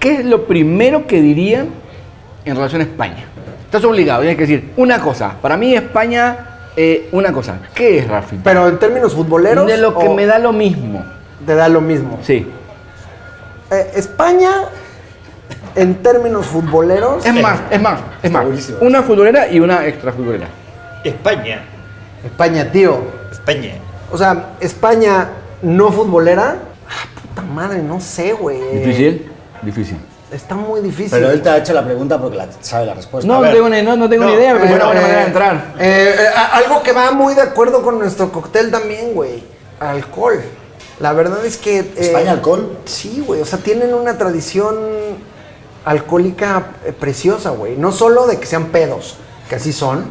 C: ¿qué es lo primero que dirían en relación a España? Estás obligado, tienes que decir una cosa. Para mí España, eh, una cosa. ¿Qué es, Rafi?
A: Pero en términos futboleros.
C: De lo que
A: ¿o
C: me da lo mismo.
A: Te da lo mismo.
C: Sí.
A: Eh, España, en términos futboleros.
C: Es más, es más, es más.
D: buenísimo.
C: Una futbolera y una extra futbolera.
E: España.
A: España, tío.
E: España.
A: O sea, España no futbolera. Ah, puta madre, no sé, güey.
D: Eh,
C: Difícil, difícil.
A: Está muy difícil.
D: Pero él te
A: güey.
D: ha hecho la pregunta porque la- sabe la respuesta.
C: No,
E: ver.
C: no tengo ni, no, no tengo
E: No,
C: ni idea,
E: eh,
C: pero es
A: Bueno,
C: una buena
A: eh,
C: manera de entrar.
A: eh, eh, a- algo que va muy de acuerdo con nuestro cóctel también, güey. Alcohol. La verdad es que. eh,
D: ¿España alcohol?
A: Sí, güey. O sea, tienen una tradición alcohólica eh, preciosa, güey. No solo de que sean pedos, que así son,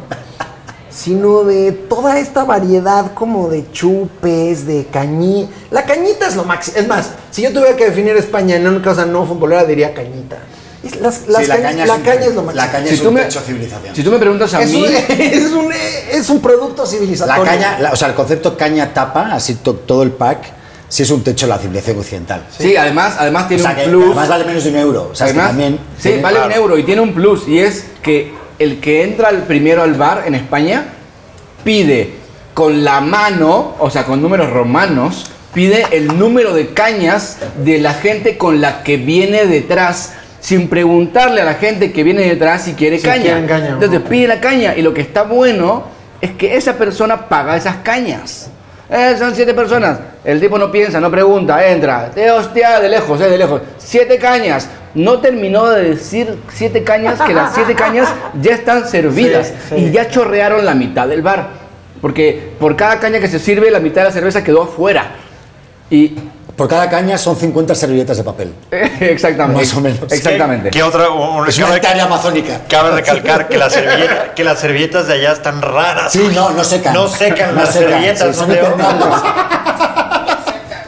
A: (laughs) sino de toda esta variedad como de chupes, de cañí. La cañita es lo máximo. Es más, si yo tuviera que definir España en una cosa no futbolera, diría cañita. Es- Las, las
D: Sí, la
A: cañi-
D: caña es
A: la
D: un-
A: caña es lo máximo.
D: la caña es un techo de civilización.
C: si tú me preguntas a
A: Es
C: mí,
A: un, (laughs) es, un, es un producto
D: La
A: civilizatorio.
D: caña, la- o sea, el concepto caña tapa, así to- todo el pack, sí es un techo de la civilización occidental.
C: sí, además, además
D: O
C: tiene
D: sea,
C: un
D: que
C: plus.
D: además vale menos de un euro. O sea, es que
C: Además,
D: también.
C: sí,
D: tiene-
C: vale un
D: Claro.
C: euro y tiene un plus y es que el que entra al primero al bar en España pide con la mano, o sea, con números romanos, pide el número de cañas de la gente con la que viene detrás. Sin preguntarle a la gente que viene detrás si quiere
A: Si
C: caña.
A: quieren caña,
C: Entonces
A: ¿no?
C: pide la caña y lo que está bueno es que esa persona paga esas cañas. Eh, son siete personas. El tipo no piensa, no pregunta, entra. De hostia, de lejos, eh, de lejos. Siete cañas. No terminó de decir siete cañas, que las siete cañas ya están servidas.
A: Sí, sí.
C: Y ya chorrearon la mitad del bar. Porque por cada caña que se sirve, la mitad de la cerveza quedó afuera. Y. (laughs)
D: Por cada caña son 50 servilletas de papel.
C: exactamente.
D: Más o menos.
C: Exactamente.
E: ¿Qué otra? un- un-
D: Es una
E: cabe-
D: hectárea amazónica.
A: (laughs)
E: Cabe recalcar que las, servilleta- que las servilletas de allá están raras.
D: Sí, no, no secan.
E: No secan
D: No
E: las
D: secan,
E: servilletas,
D: sí,
E: no
D: son
E: te
D: eternas. (laughs)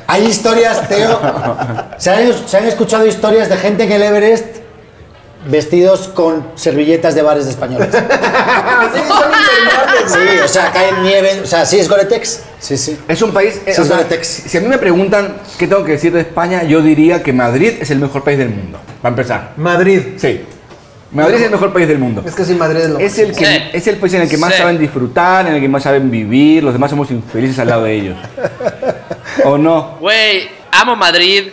D: Hay historias, Teo. ¿se han, se han escuchado historias de gente en el Everest vestidos con servilletas de bares de
E: (laughs)
D: españoles.
A: Sí, son interminables, güey.
D: Sí, o sea, cae nieve. O sea, sí, es Goretex. Sí, sí.
C: Es un país. eh,
D: Sí,
C: o sea,
D: Goretex.
C: si a mí me preguntan qué tengo que decir de España, yo diría que Madrid es el mejor país del mundo. Para empezar.
A: Madrid.
C: Sí. Madrid es el mejor país del mundo.
A: Es que sí, Madrid es lo
C: Es el, que,
B: Sí.
C: es el país en el que más
B: Sí.
C: saben disfrutar, en el que más saben vivir, los demás somos infelices al lado de ellos. ¿O no?
B: Güey, amo Madrid.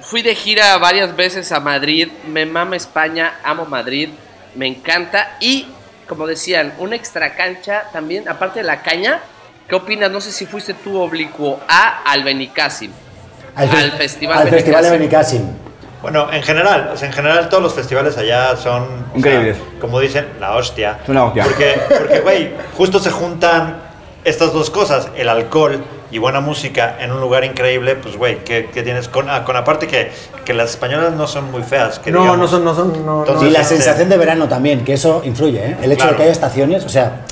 B: Fui de gira varias veces a Madrid. Me mama España, amo Madrid. Me encanta. Y, como decían, una extra cancha también, aparte de la caña. ¿Qué opinas? No sé si fuiste tú oblicuo a Albenicásim.
D: fe-
B: Al festival
D: Al
B: de
D: festival de
B: Benicàssim.
D: Benicàssim.
E: Bueno, en general, o sea, en general todos los festivales allá son o
C: Increíbles.
E: sea, como dicen, la hostia.
C: Son la hostia.
E: Porque, porque, güey, justo se juntan estas dos cosas, el alcohol y buena música en un lugar increíble, pues, güey, que, tienes con, ah, con aparte que, que las españolas no son muy feas. Que
A: No,
E: digamos.
A: no son, no son, no, no.
E: Entonces,
D: Y la
E: este-
D: sensación de verano también, que eso influye, ¿eh? El hecho
E: Claro.
D: de que haya estaciones, o sea,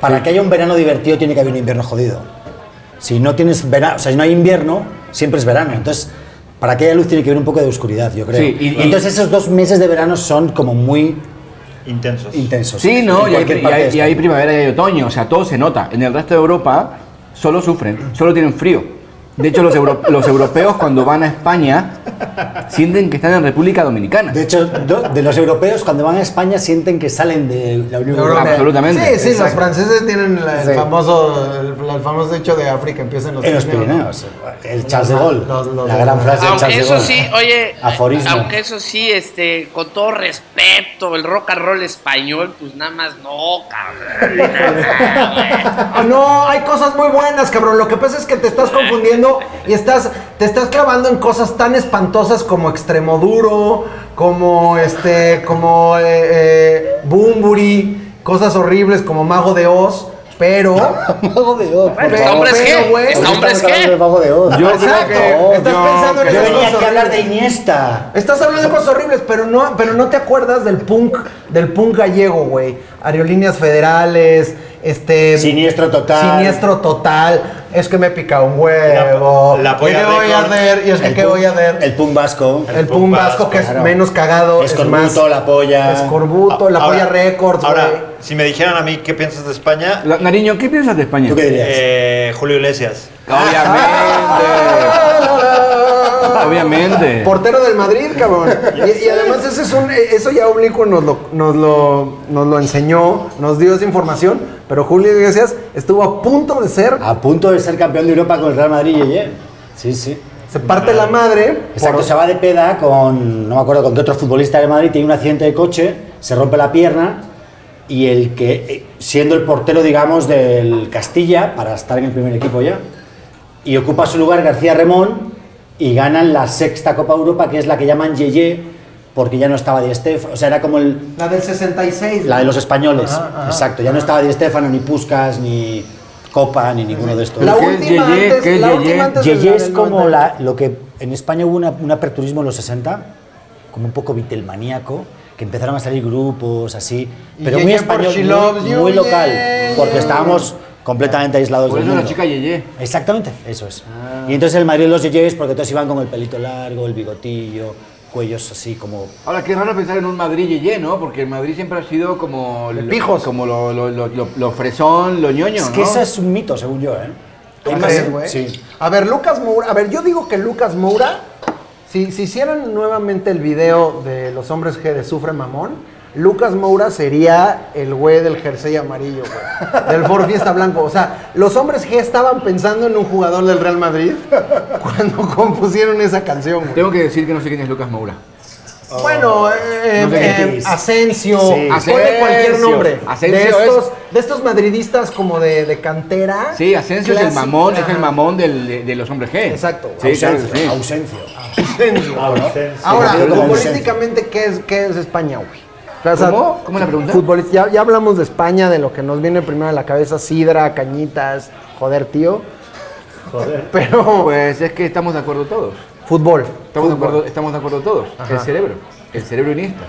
D: para que haya un verano divertido tiene que haber un invierno jodido. Si no tienes verano, o sea, si no hay invierno, siempre es verano. Entonces, para que haya luz tiene que haber un poco de oscuridad, yo creo.
C: Sí, y- y-
D: Entonces, esos dos meses de verano son como muy
E: Intensos.
D: intensos.
C: Sí, no,
D: en
C: y hay,
D: cualquier
C: y
D: parte
C: hay-
D: de
C: y
D: España.
C: hay primavera y hay otoño, o sea, todo se nota. En el resto de Europa solo sufren, solo tienen frío. De hecho, los, euro- los europeos cuando van a España sienten que están en República Dominicana.
D: De hecho, do- de los europeos, cuando van a España, sienten que salen de la Unión
A: Europa.
D: Europea.
C: Absolutamente.
A: Sí, sí, los
C: Exacto.
A: franceses tienen la- el,
D: Sí.
A: famoso, el, el famoso hecho de África empieza en los
D: En los
A: Pirineos.
D: Pirineos. El Charles de Gaulle.
A: Los- los-
D: la gran frase de
B: Aunque
D: Charles de
B: eso
D: Gaulle.
B: sí, oye,
D: Aforismo.
B: aunque eso sí, este, con todo respeto, el rock and roll español, pues nada más no, cabrón.
A: Ah, No, hay cosas muy buenas, cabrón. Lo que pasa es que te estás confundiendo y estás, te estás clavando en cosas tan espantosas como Extremoduro, como este, como eh, eh, Bumburi, cosas horribles como Mago de Oz, pero.
D: Mago de Oz. por
B: ¿Está
D: favor.
B: hombres
A: pero,
B: qué?
A: güey,
B: ¿Está
A: ahorita
B: hombres
D: Estamos hablando
B: qué?
D: del Mago de Oz.
C: Yo creo
A: Exacto.
C: que-
A: Estás
C: yo
A: pensando en
C: creo-
D: Yo
A: esas
D: venía
A: cosas
D: aquí a hablar de
A: horribles.
D: Iniesta.
A: Estás hablando de cosas horribles, pero no, pero no te acuerdas del punk, del punk gallego, güey. Aerolíneas federales, este.
D: Siniestro total.
A: Siniestro total. Es que me pica un huevo.
E: La- la polla
A: ¿Qué voy a
E: récord.
A: hacer? Y es que
D: El
A: qué
D: punk-
A: voy a hacer.
D: El punk vasco.
A: El, punk vasco, que es
D: claro.
A: menos cagado. es
D: Escorbuto,
A: más,
D: la Ah, polla.
A: Escorbuto, la
E: Ah, Ahora-
A: polla récords,
E: Ahora,
A: güey.
E: si me dijeran a mí qué piensas de España,
C: La- Nariño, ¿qué piensas de España?
D: ¿Tú qué dirías?
A: (laughs)
E: eh, Julio Iglesias.
C: Obviamente.
A: no, no.
C: Obviamente.
A: Portero del Madrid,
D: (laughs)
A: cabrón. Y, y además ese es un, e, eso ya oblicuo nos lo, nos, lo, nos lo enseñó, nos dio esa información, pero Julio Iglesias estuvo a punto de ser,
D: A punto de ser campeón de Europa con el Real Madrid ayer. Sí, sí.
A: se parte la madre.
D: Exacto,
A: por-
D: se va de peda con, no me acuerdo con qué otro futbolista de Madrid, tiene un accidente de coche, se rompe la pierna y el que, eh, siendo el portero, digamos, del Castilla, para estar en el primer equipo ya, y ocupa su lugar García Remón y ganan la sexta Copa Europa, que es la que llaman Yeye, porque ya no estaba Di Stéfano, o sea, era como el,
A: la del 66.
D: la de los españoles,
A: Ajá, ajá,
D: exacto, ya no estaba Di Stéfano, ni Puskas, ni Copa, ni ninguno de estos.
A: La
C: ¿Qué es
A: última
C: Yeye? ¿Qué
A: antes,
C: es
A: la
C: Yeye?
A: última antes de
D: Yeye
A: la
D: es
A: del
D: como
A: 90.
D: la, lo que en España hubo una- un aperturismo en los 60, como un poco vitelmaníaco, que empezaron a salir grupos así,
A: Y
D: pero
A: Yeye
D: muy
A: por
D: español,
A: She
D: muy-
A: Loves
D: muy,
A: You,
D: local,
A: yeah,
D: porque
A: yeah.
D: estábamos completamente aislados
C: Por
D: del
C: eso la
D: mundo.
C: chica Yeye. Ah.
D: Exactamente, eso es. Y entonces el Madrid los Yeyes, porque todos iban con el pelito largo, el bigotillo, cuellos así como...
C: Ahora, qué raro pensar en un Madrid Yeye, ¿no? Porque el Madrid siempre ha sido como... lo-
A: pijos.
C: Como lo, lo, lo, lo- lo fresón, lo ñoño,
D: Es que
C: ¿no?
D: ese es un mito, según yo, ¿eh?
A: ¿Tú
D: Hay más-
A: crees, güey?
D: Sí.
A: A ver, Lucas Moura. A ver, yo digo que Lucas Moura, si, si hicieran nuevamente el video de los hombres G de Sufre Mamón, Lucas Moura sería el güey del jersey amarillo,
C: (laughs)
A: güey. Del Ford Fiesta Blanco. O sea, los hombres G estaban pensando en un jugador del Real Madrid (laughs) cuando compusieron esa canción, güey.
C: Tengo que decir que no sé quién es Lucas Moura.
A: Bueno, eh, eh,
C: Oh. No sé
A: eh,
D: quién es.
A: Asensio,
D: Sí.
A: ponle cualquier
C: Asensio.
A: nombre. de,
C: Asensio es-
A: estos, de estos madridistas como de, de cantera.
C: Sí, Asensio es el
A: Clásico.
C: mamón, es el
A: Ajá.
C: mamón del- de, de los hombres G.
A: Exacto.
C: Sí, claro que sí.
D: ausencia.
A: Ah, Ahora,
D: Sí, como
A: futbolísticamente, ¿qué es, qué es España, güey? O
C: ¿Cómo? ¿Cómo es la pregunta?
A: futbolis- ya, ya hablamos de España, de lo que nos viene primero a la cabeza, sidra, cañitas, joder, tío. Joder. Pero,
C: Pues es que estamos de acuerdo todos.
A: fútbol.
C: Estamos, de
A: fútbol.
C: acuerdo, estamos de acuerdo todos.
A: Ajá.
C: El cerebro. El cerebro iniesta.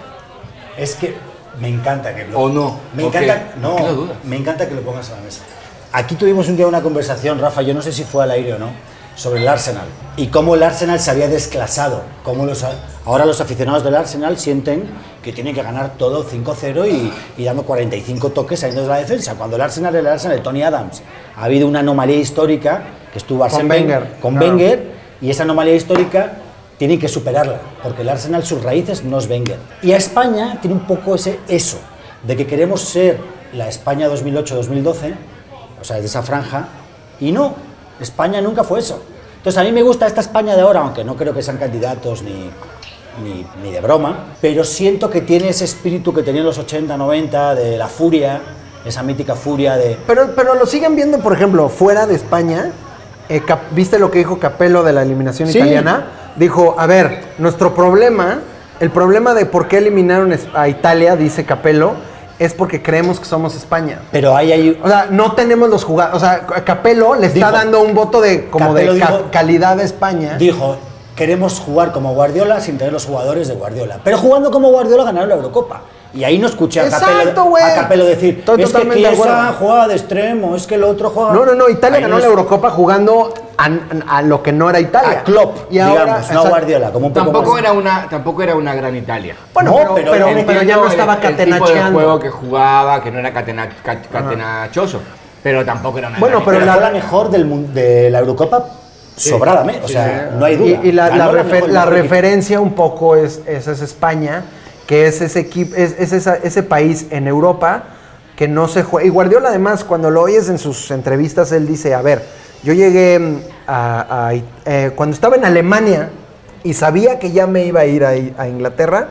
D: Es que me encanta que lo
C: ¿O no?
D: Me
C: ¿O
D: encanta,
C: qué?
D: no,
C: ¿Por qué lo dudas?
D: me encanta que lo pongas a la mesa. Aquí tuvimos un día una conversación, Rafa, yo no sé si fue al aire o no, sobre el Arsenal y cómo el Arsenal se había desclasado, cómo los a- ahora los aficionados del Arsenal sienten que tienen que ganar todo 5-0 y, y dando 45 toques saliendo de la defensa, cuando el Arsenal era el Arsenal de Tony Adams. Ha habido una anomalía histórica que estuvo Arsène
A: Wenger,
D: con
A: claro.
D: Wenger y esa anomalía histórica tiene que superarla, porque el Arsenal sus raíces no es Wenger. Y a España tiene un poco ese eso, de que queremos ser la España 2008-2012, o sea, de esa franja, y no, España nunca fue eso. Entonces a mí me gusta esta España de ahora, aunque no creo que sean candidatos ni, ni, ni de broma, pero siento que tiene ese espíritu que tenía en los 80, 90, de la furia, esa mítica furia de...
A: Pero, pero lo siguen viendo, por ejemplo, fuera de España. Eh, Cap- ¿Viste lo que dijo Capello de la eliminación
D: Sí.
A: italiana? Dijo, a ver, nuestro problema, el problema de por qué eliminaron es- a Italia, dice Capello, es porque creemos que somos España.
D: Pero ahí hay...
A: O sea, no tenemos los jugadores. O sea, Capello le está
D: Dijo.
A: dando un voto de como
D: Capello
A: de ca-
D: dijo-
A: calidad a España.
D: Dijo, queremos jugar como Guardiola sin tener los jugadores de Guardiola. Pero jugando como Guardiola ganaron la Eurocopa. Y ahí no escuché a
A: Exacto,
D: Capello,
A: güey.
D: a Capello decir,
A: Estoy
D: es que
A: totalmente de
D: Chiesa
A: acuerdo".
D: juega de extremo, es que el otro juega...
A: no, no, no. Italia
D: Ahí
A: ganó
D: no
A: la
D: es-
A: Eurocopa jugando a, a lo que no era Italia.
D: A Klopp,
A: Y ahora,
D: digamos, no a
A: exacto.
D: Guardiola, como un poco
C: Tampoco
D: más-
C: era, una, tampoco era una gran Italia.
A: Bueno,
D: No,
A: pero,
D: pero-
A: pero-
D: Entiendo
A: pero ya no estaba
C: el, el tipo de
A: catenacheando.
C: juego que jugaba, que no era catena, ca- catenachoso. Pero tampoco era una
A: Bueno,
C: gran
A: pero
D: Pero,
A: la-
D: fue la mejor del, mun- de la Eurocopa sobradamente, o sea, no hay duda.
A: ¿eh? Y, y la, la
D: Ganó
A: refer-
D: mejor-
A: la
D: mejor equipo.
A: referencia un poco es, es, es España, que es ese equipo, es, es esa- ese país en Europa que no se juega. Y Guardiola además, cuando lo oyes en sus entrevistas, él dice, a ver, yo llegué mm, a, a It- eh, cuando estaba en Alemania y sabía que ya me iba a ir a, I- a Inglaterra,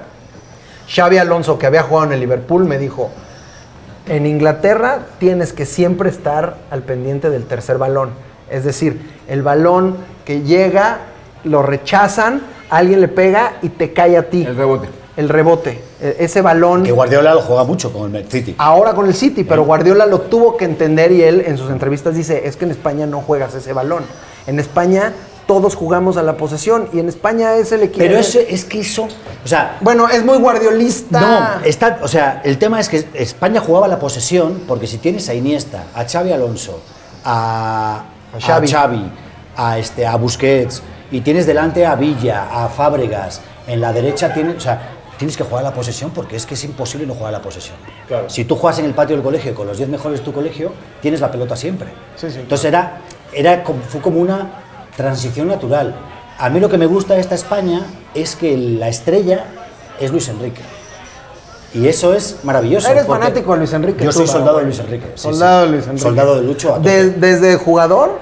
A: Xavi Alonso, que había jugado en el Liverpool, me dijo, en Inglaterra tienes que siempre estar al pendiente del tercer balón. Es decir, el balón que llega, lo rechazan, alguien le pega y te cae a ti.
C: El rebote.
A: El rebote. E- Ese balón.
D: Que Guardiola lo juega mucho con el City.
A: Ahora con el City, pero Guardiola lo tuvo que entender y él en sus entrevistas dice, es que en España no juegas ese balón. En España todos jugamos a la posesión y en España es el equipo...
D: Pero eso, es que eso... O sea,
A: Bueno, es muy guardiolista.
D: No, está, o sea, el tema es que España jugaba la posesión porque si tienes a Iniesta, a Xavi Alonso, a,
A: A
D: a
A: Xavi.
D: Xavi, a, este, a Busquets y tienes delante a Villa, a Fábregas, en la derecha tienes, o sea, tienes que jugar la posesión porque es que es imposible no jugar la posesión. Si tú juegas en el patio del colegio con los 10 mejores de tu colegio, tienes la pelota siempre. Entonces era, era como, fue como una transición natural. A mí lo que me gusta de esta España es que la estrella es Luis Enrique. Y eso es maravilloso.
A: Eres
D: porque
A: fanático de Luis Enrique.
D: Yo
A: tú,
D: soy
A: para
D: soldado de
A: bueno.
D: Luis Enrique. sí,
A: soldado
D: sí.
A: de Luis Enrique.
D: Soldado de Lucho. a tope.
A: De- desde jugador,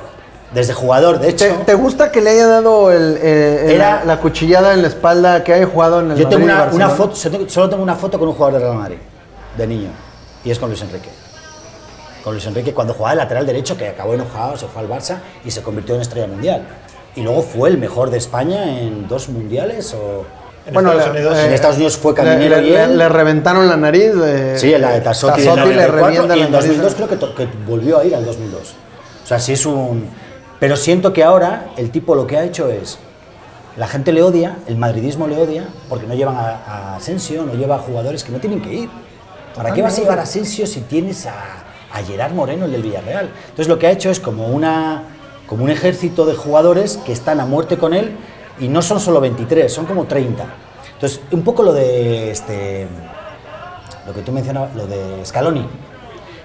D: Desde jugador, de hecho.
A: ¿te, te gusta que le haya dado el, eh, el-
D: Era-
A: la cuchillada en la espalda que haya jugado en el
D: Yo tengo
A: Madrid y
D: una, una
A: Barcelona?
D: foto, yo tengo- solo tengo una foto con un jugador de Real Madrid, de niño, y es con Luis Enrique. Con Luis Enrique cuando jugaba de lateral derecho, que acabó enojado, se fue al Barça y se convirtió en estrella mundial. Y luego fue el mejor de España en dos mundiales o...
E: En Estados
A: le-
E: Unidos.
D: En Estados Unidos fue
A: eh, le-
D: caminero
A: le,
D: y él-
A: le- le reventaron la nariz. eh,
D: Sí, en la de Tassotti, en la
A: Tassotti le
D: 94,
A: revienta
D: y
A: la
D: en
A: nariz.
D: 2002 creo que, to- que volvió a ir al 2002. O sea, sí es un... Pero siento que ahora el tipo lo que ha hecho es... La gente le odia, el madridismo le odia, porque no llevan a, a Asensio, no lleva a jugadores que no tienen que ir.
A: Ah,
D: ¿Para qué vas a llevar a Asensio si tienes a, a Gerard Moreno, el del Villarreal? Entonces lo que ha hecho es como, una, como un ejército de jugadores que están a muerte con él y no son solo 23, son como 30. Entonces, un poco lo de este, lo que tú mencionabas, lo de Scaloni.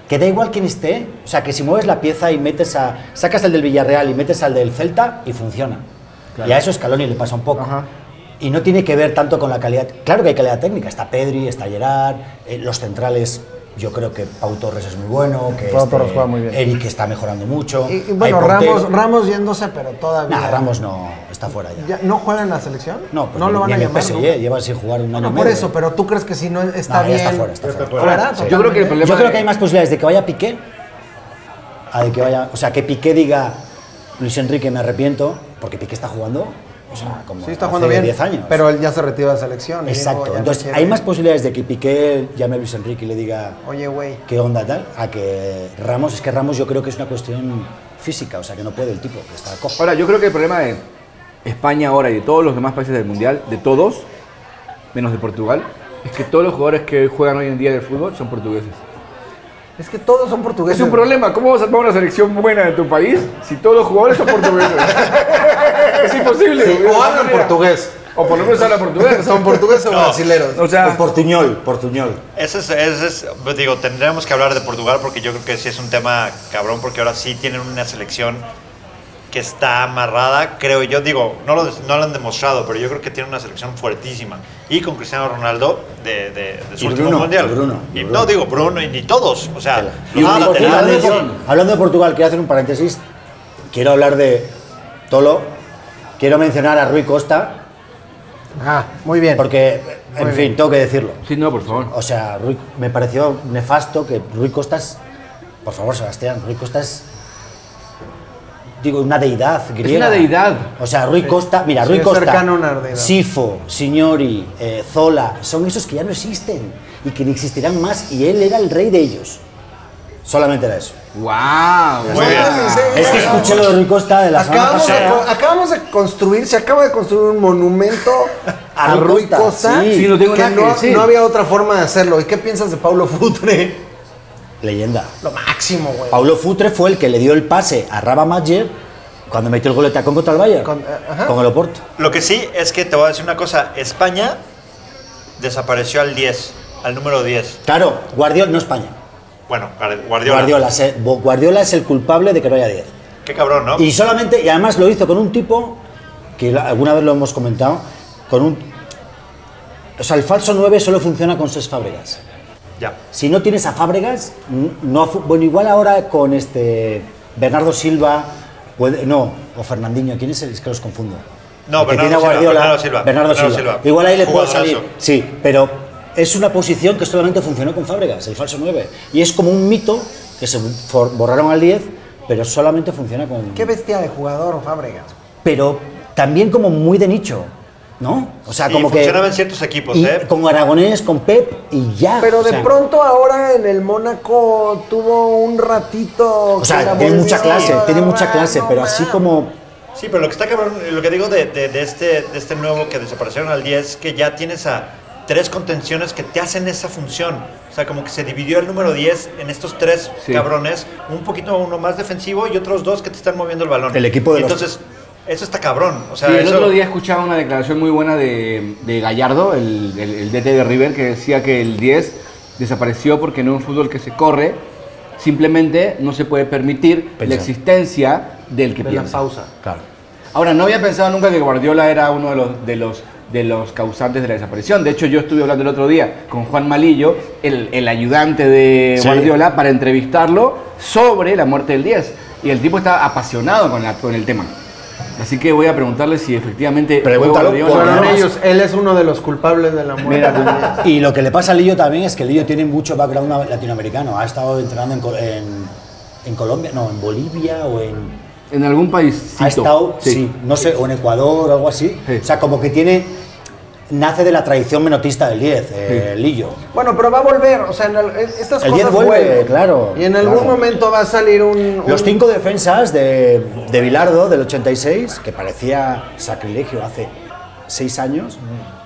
D: Que da igual quién esté, o sea, que si mueves la pieza y metes a. sacas al del Villarreal y metes al del Celta y funciona. Y a eso Scaloni le pasa un poco. Y no tiene que ver tanto con la calidad. Claro que hay calidad técnica, está Pedri, está Gerard, eh, los centrales. Yo creo que Pau Torres es muy bueno, que este
A: Pau Torres juega muy bien.
D: Eric está mejorando mucho.
A: Y, y
D: hay
A: bueno,
D: portero.
A: Ramos, Ramos yéndose, pero todavía.
D: Nah, Ramos no, está fuera ya.
A: Ya, ¿No juega en la selección?
D: No, pues
A: no lo van
D: ni
A: a
D: en el
A: llamar.
D: PSG,
A: ¿no?
D: lleva sin jugar un año
A: Bueno,
D: y
A: por
D: medio.
A: eso, pero tú crees que si no está
D: Nah, ya
A: bien.
D: está fuera, está fuera.
A: fuera,
D: Sí.
C: Yo creo que el problema
D: Yo creo que
C: de-
D: hay más posibilidades de que vaya Piqué a de que vaya, o sea, que Piqué diga Luis Enrique me arrepiento, porque Piqué está jugando, o sea, como
A: Sí, está jugando
D: hace
A: bien.
D: 10 años.
A: Pero él ya se retiró de la selección. y dijo,
D: exacto.
A: ya no
D: Entonces,
A: quiero
D: hay
A: ir.
D: más posibilidades de que Piqué llame a Luis Enrique y le diga
A: Oye, güey.
D: qué onda tal, a que Ramos, es que Ramos yo creo que es una cuestión física, o sea, que no puede el tipo, que está cojo.
C: Ahora, yo creo que el problema de España ahora y de todos los demás países del Mundial, de todos, menos de Portugal, es que todos los jugadores que juegan hoy en día del fútbol son portugueses.
A: Es que todos son portugueses.
C: Es un problema, ¿cómo vas a tomar una selección buena de tu país si todos los jugadores son
A: (laughs)
C: portugueses? es imposible.
A: Sí,
C: güey, de
A: o
C: alguna
A: hablan
C: manera.
A: portugués.
C: O por lo menos hablan
A: (laughs)
C: portugués.
A: Son portugueses o
E: No.
A: brasileros.
C: O sea,
D: Portuñol, Portuñol.
E: Ese es, ese es- pues, digo, tendremos que hablar de Portugal porque yo creo que sí es un tema cabrón porque ahora sí tienen una selección que está amarrada, creo yo, digo, no lo, no lo han demostrado, pero yo creo que tienen una selección fuertísima. Y con Cristiano Ronaldo de, de- de su
D: Y
E: último
D: Bruno,
E: mundial.
D: y Bruno,
E: Y
D: y Bruno.
E: No digo Bruno y ni todos, o sea,
D: Y
E: los
D: un-
E: laterales-
D: Ah, hablando, de, hablando de Portugal, quiero hacer un paréntesis. Quiero hablar de Tolo. Quiero mencionar a Rui Costa,
A: Ah, muy bien.
D: porque, en
A: Muy
D: fin,
A: bien.
D: tengo que decirlo.
C: Sí, no, por favor.
D: O sea, Rui- me pareció nefasto que Rui Costas, por favor, Sebastián, Rui Costas, digo, una deidad griega.
C: una deidad.
D: O sea, Rui Costa, mira,
A: Sí,
D: Rui
A: es
D: Costa,
A: cercano a una deidad.
D: Sifo, Signori, eh, Zola, son esos que ya no existen y que ni existirán más y él era el rey de ellos. Solamente era eso.
C: ¡Wow!
E: Muy bien.
D: Es que escuché lo de Rui Costa de la semana
A: Acabamos de,
D: pasada.
A: con- acabamos de construir, se acaba de construir un monumento
D: A
A: a Rui
D: Rui Costa,
A: Costa,
D: sí.
C: Sí, no tengo
A: que,
C: nada que
A: no,
C: decir.
A: no había otra forma de hacerlo. ¿Y qué piensas de Paulo Futre? (laughs)
D: Leyenda.
A: Lo máximo, güey.
D: Paulo Futre fue el que le dio el pase a Raba Maggio cuando metió el gol de tacón contra el Bayern.
A: Con- eh,
D: Con,
A: ajá.
D: el Oporto.
E: Lo que sí es que te voy a decir una cosa, España desapareció al 10, al número 10.
D: Claro, Guardiola, no España.
E: Bueno, Guardiola.
D: Guardiola, se- Bo- Guardiola es el culpable de que no haya 10.
E: Qué cabrón, ¿no?
D: Y solamente, y además lo hizo con un tipo, que la- alguna vez lo hemos comentado, con un... O sea, el falso 9 solo funciona con seis fábricas.
E: Ya.
D: Si no tienes a Fábregas, n- no, fu- bueno, igual ahora con este Bernardo Silva, puede- no, o Fernandinho, ¿quién es el? Es que los confundo.
E: No,
D: El que
E: Bernardo
D: tiene a
E: Silva,
D: Guardiola,
E: Bernardo Silva,
D: Bernardo
E: Bernardo
D: Silva.
E: Silva.
D: Igual ahí le puede
E: Jugadorazo.
D: salir. Sí, pero es una posición que solamente funcionó con Fábregas, el falso 9. Y es como un mito que se for- borraron al 10, pero solamente funciona con.
A: Qué bestia de jugador, Fábregas.
D: Pero también como muy de nicho, ¿no? O sea,
E: Y
D: como que.
E: funcionaba en ciertos equipos,
D: y
E: ¿eh?
D: Con Aragonés, con Pep y ya.
A: Pero
D: o
A: de
D: sea,
A: pronto ahora en el Mónaco tuvo un ratito.
D: O
A: que la
D: sea, ah, tiene
A: volvió
D: mucha
A: a
D: clase, tiene mucha
A: agarrar,
D: clase,
A: no
D: pero así
A: mames.
D: como.
E: Sí, pero lo que está cabrón, lo que digo de, de- de este, de este nuevo que desaparecieron al 10, que ya tienes a tres contenciones que te hacen esa función. O sea, como que se dividió el número 10 en estos tres
C: Sí.
E: cabrones, un poquito uno más defensivo y otros dos que te están moviendo el balón.
D: El equipo de los-
E: Entonces, eso está cabrón. O sea,
C: Sí, el
E: eso-
C: otro día escuchaba una declaración muy buena de, de Gallardo, el, el- el DT de River, que decía que el 10 desapareció porque en un fútbol que se corre, simplemente no se puede permitir la
D: Pensar.
C: existencia del que
A: De la
C: piensa.
A: pausa.
D: Claro.
C: Ahora, no había pensado nunca que Guardiola era uno de los, de los, de los causantes de la desaparición. De hecho, yo estuve hablando el otro día con Juan Malillo, el, el ayudante de
D: Sí.
C: Guardiola, para entrevistarlo sobre la muerte del 10. Y el tipo está apasionado con, la- con el tema. Así que voy a preguntarle si efectivamente fue
D: Pregúntalo por
C: Guardiola.
D: la
A: Fueron
D: Además-
A: ellos. Él es uno de los culpables de la muerte.
D: Y lo que le pasa a Lillo también es que Lillo tiene mucho background latinoamericano. Ha estado entrenando en, Col- en- en Colombia, no, en Bolivia o en.
C: En algún país.
D: ha estado, sí. no sé, o en Ecuador o algo así.
C: Sí.
D: O sea, como que tiene. Nace de la tradición menotista del 10, eh, Lillo.
A: Bueno, pero va a volver. O sea, en el- en- estas
D: El
A: cosas
D: 10 vuelve,
A: vuelven.
D: claro,
A: Y en algún
D: claro.
A: momento va a salir un.
D: Los
A: un-
D: cinco defensas de, de Bilardo del 86, que parecía sacrilegio hace seis años,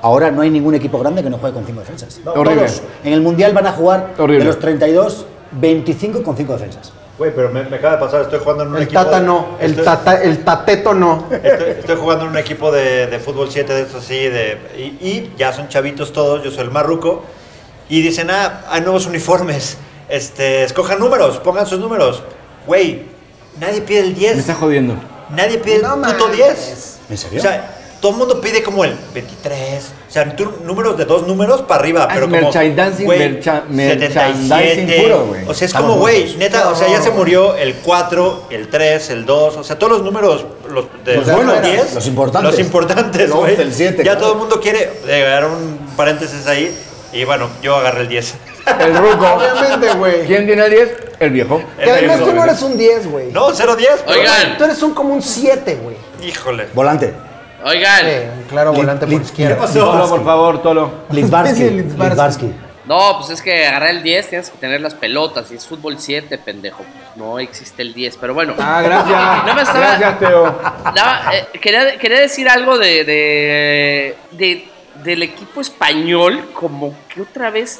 D: ahora no hay ningún equipo grande que no juegue con cinco defensas.
C: Horrible.
D: Todos en el Mundial van a jugar
C: Horrible.
D: de los 32, 25 con cinco defensas.
E: Güey, pero me, me acaba de pasar, estoy jugando en un
A: El
E: equipo.
A: tata no. El,
E: estoy-
A: tata, el tateto no.
E: Estoy, estoy jugando en un equipo de, de fútbol 7 de estos así, de, y, y ya son chavitos todos, yo soy el marruco, y dicen, ah, hay nuevos uniformes, este, escojan números, pongan sus números. Güey, nadie pide el
C: Me
E: 10,
C: está jodiendo.
E: nadie pide
A: No
E: el puto
A: mames.
E: 10.
D: ¿En serio?
E: O sea, todo el mundo pide como el 23, o sea, tú- números de dos números para arriba,
C: Ah,
E: pero
C: es
E: como,
C: merchandising,
E: güey,
C: mercha- merchandising puro, güey.
E: o sea, es
D: Estamos
E: como, güey,
D: juntos.
E: neta, o sea, ya se murió el 4, el 3, el 2, o sea, todos los números, los de
D: Los
E: los
D: buenos,
E: 10,
D: los importantes.
E: Los importantes,
D: El once,
E: güey.
D: el siete,
E: Ya
D: claro.
E: todo el mundo quiere, llegar un paréntesis ahí, y bueno, yo agarré el 10.
C: El ruco.
A: Obviamente, güey.
C: ¿Quién tiene el 10? El viejo.
A: Que
E: (laughs)
A: además tú no eres un 10, güey.
E: No, 0-10. pero-
B: Oigan.
A: Tú eres un como un 7, güey.
E: Híjole.
D: Volante.
B: Oigan,
A: Sí, un claro volante
D: Li-
A: por
D: li-
A: izquierda.
E: pasó?
C: Tolo, por favor, Tolo.
D: Litvarsky.
A: Sí, Litvárski.
D: Litvárski.
B: no, pues es que agarrar el 10 tienes que tener las pelotas. Y es fútbol 7, pendejo. Pues no existe el 10, pero bueno.
C: Ah,
B: (laughs)
C: gracias.
B: No me estaba-
C: Gracias, Teo.
B: Nada, eh, quería, quería decir algo de, de- de- del equipo español, como que otra vez,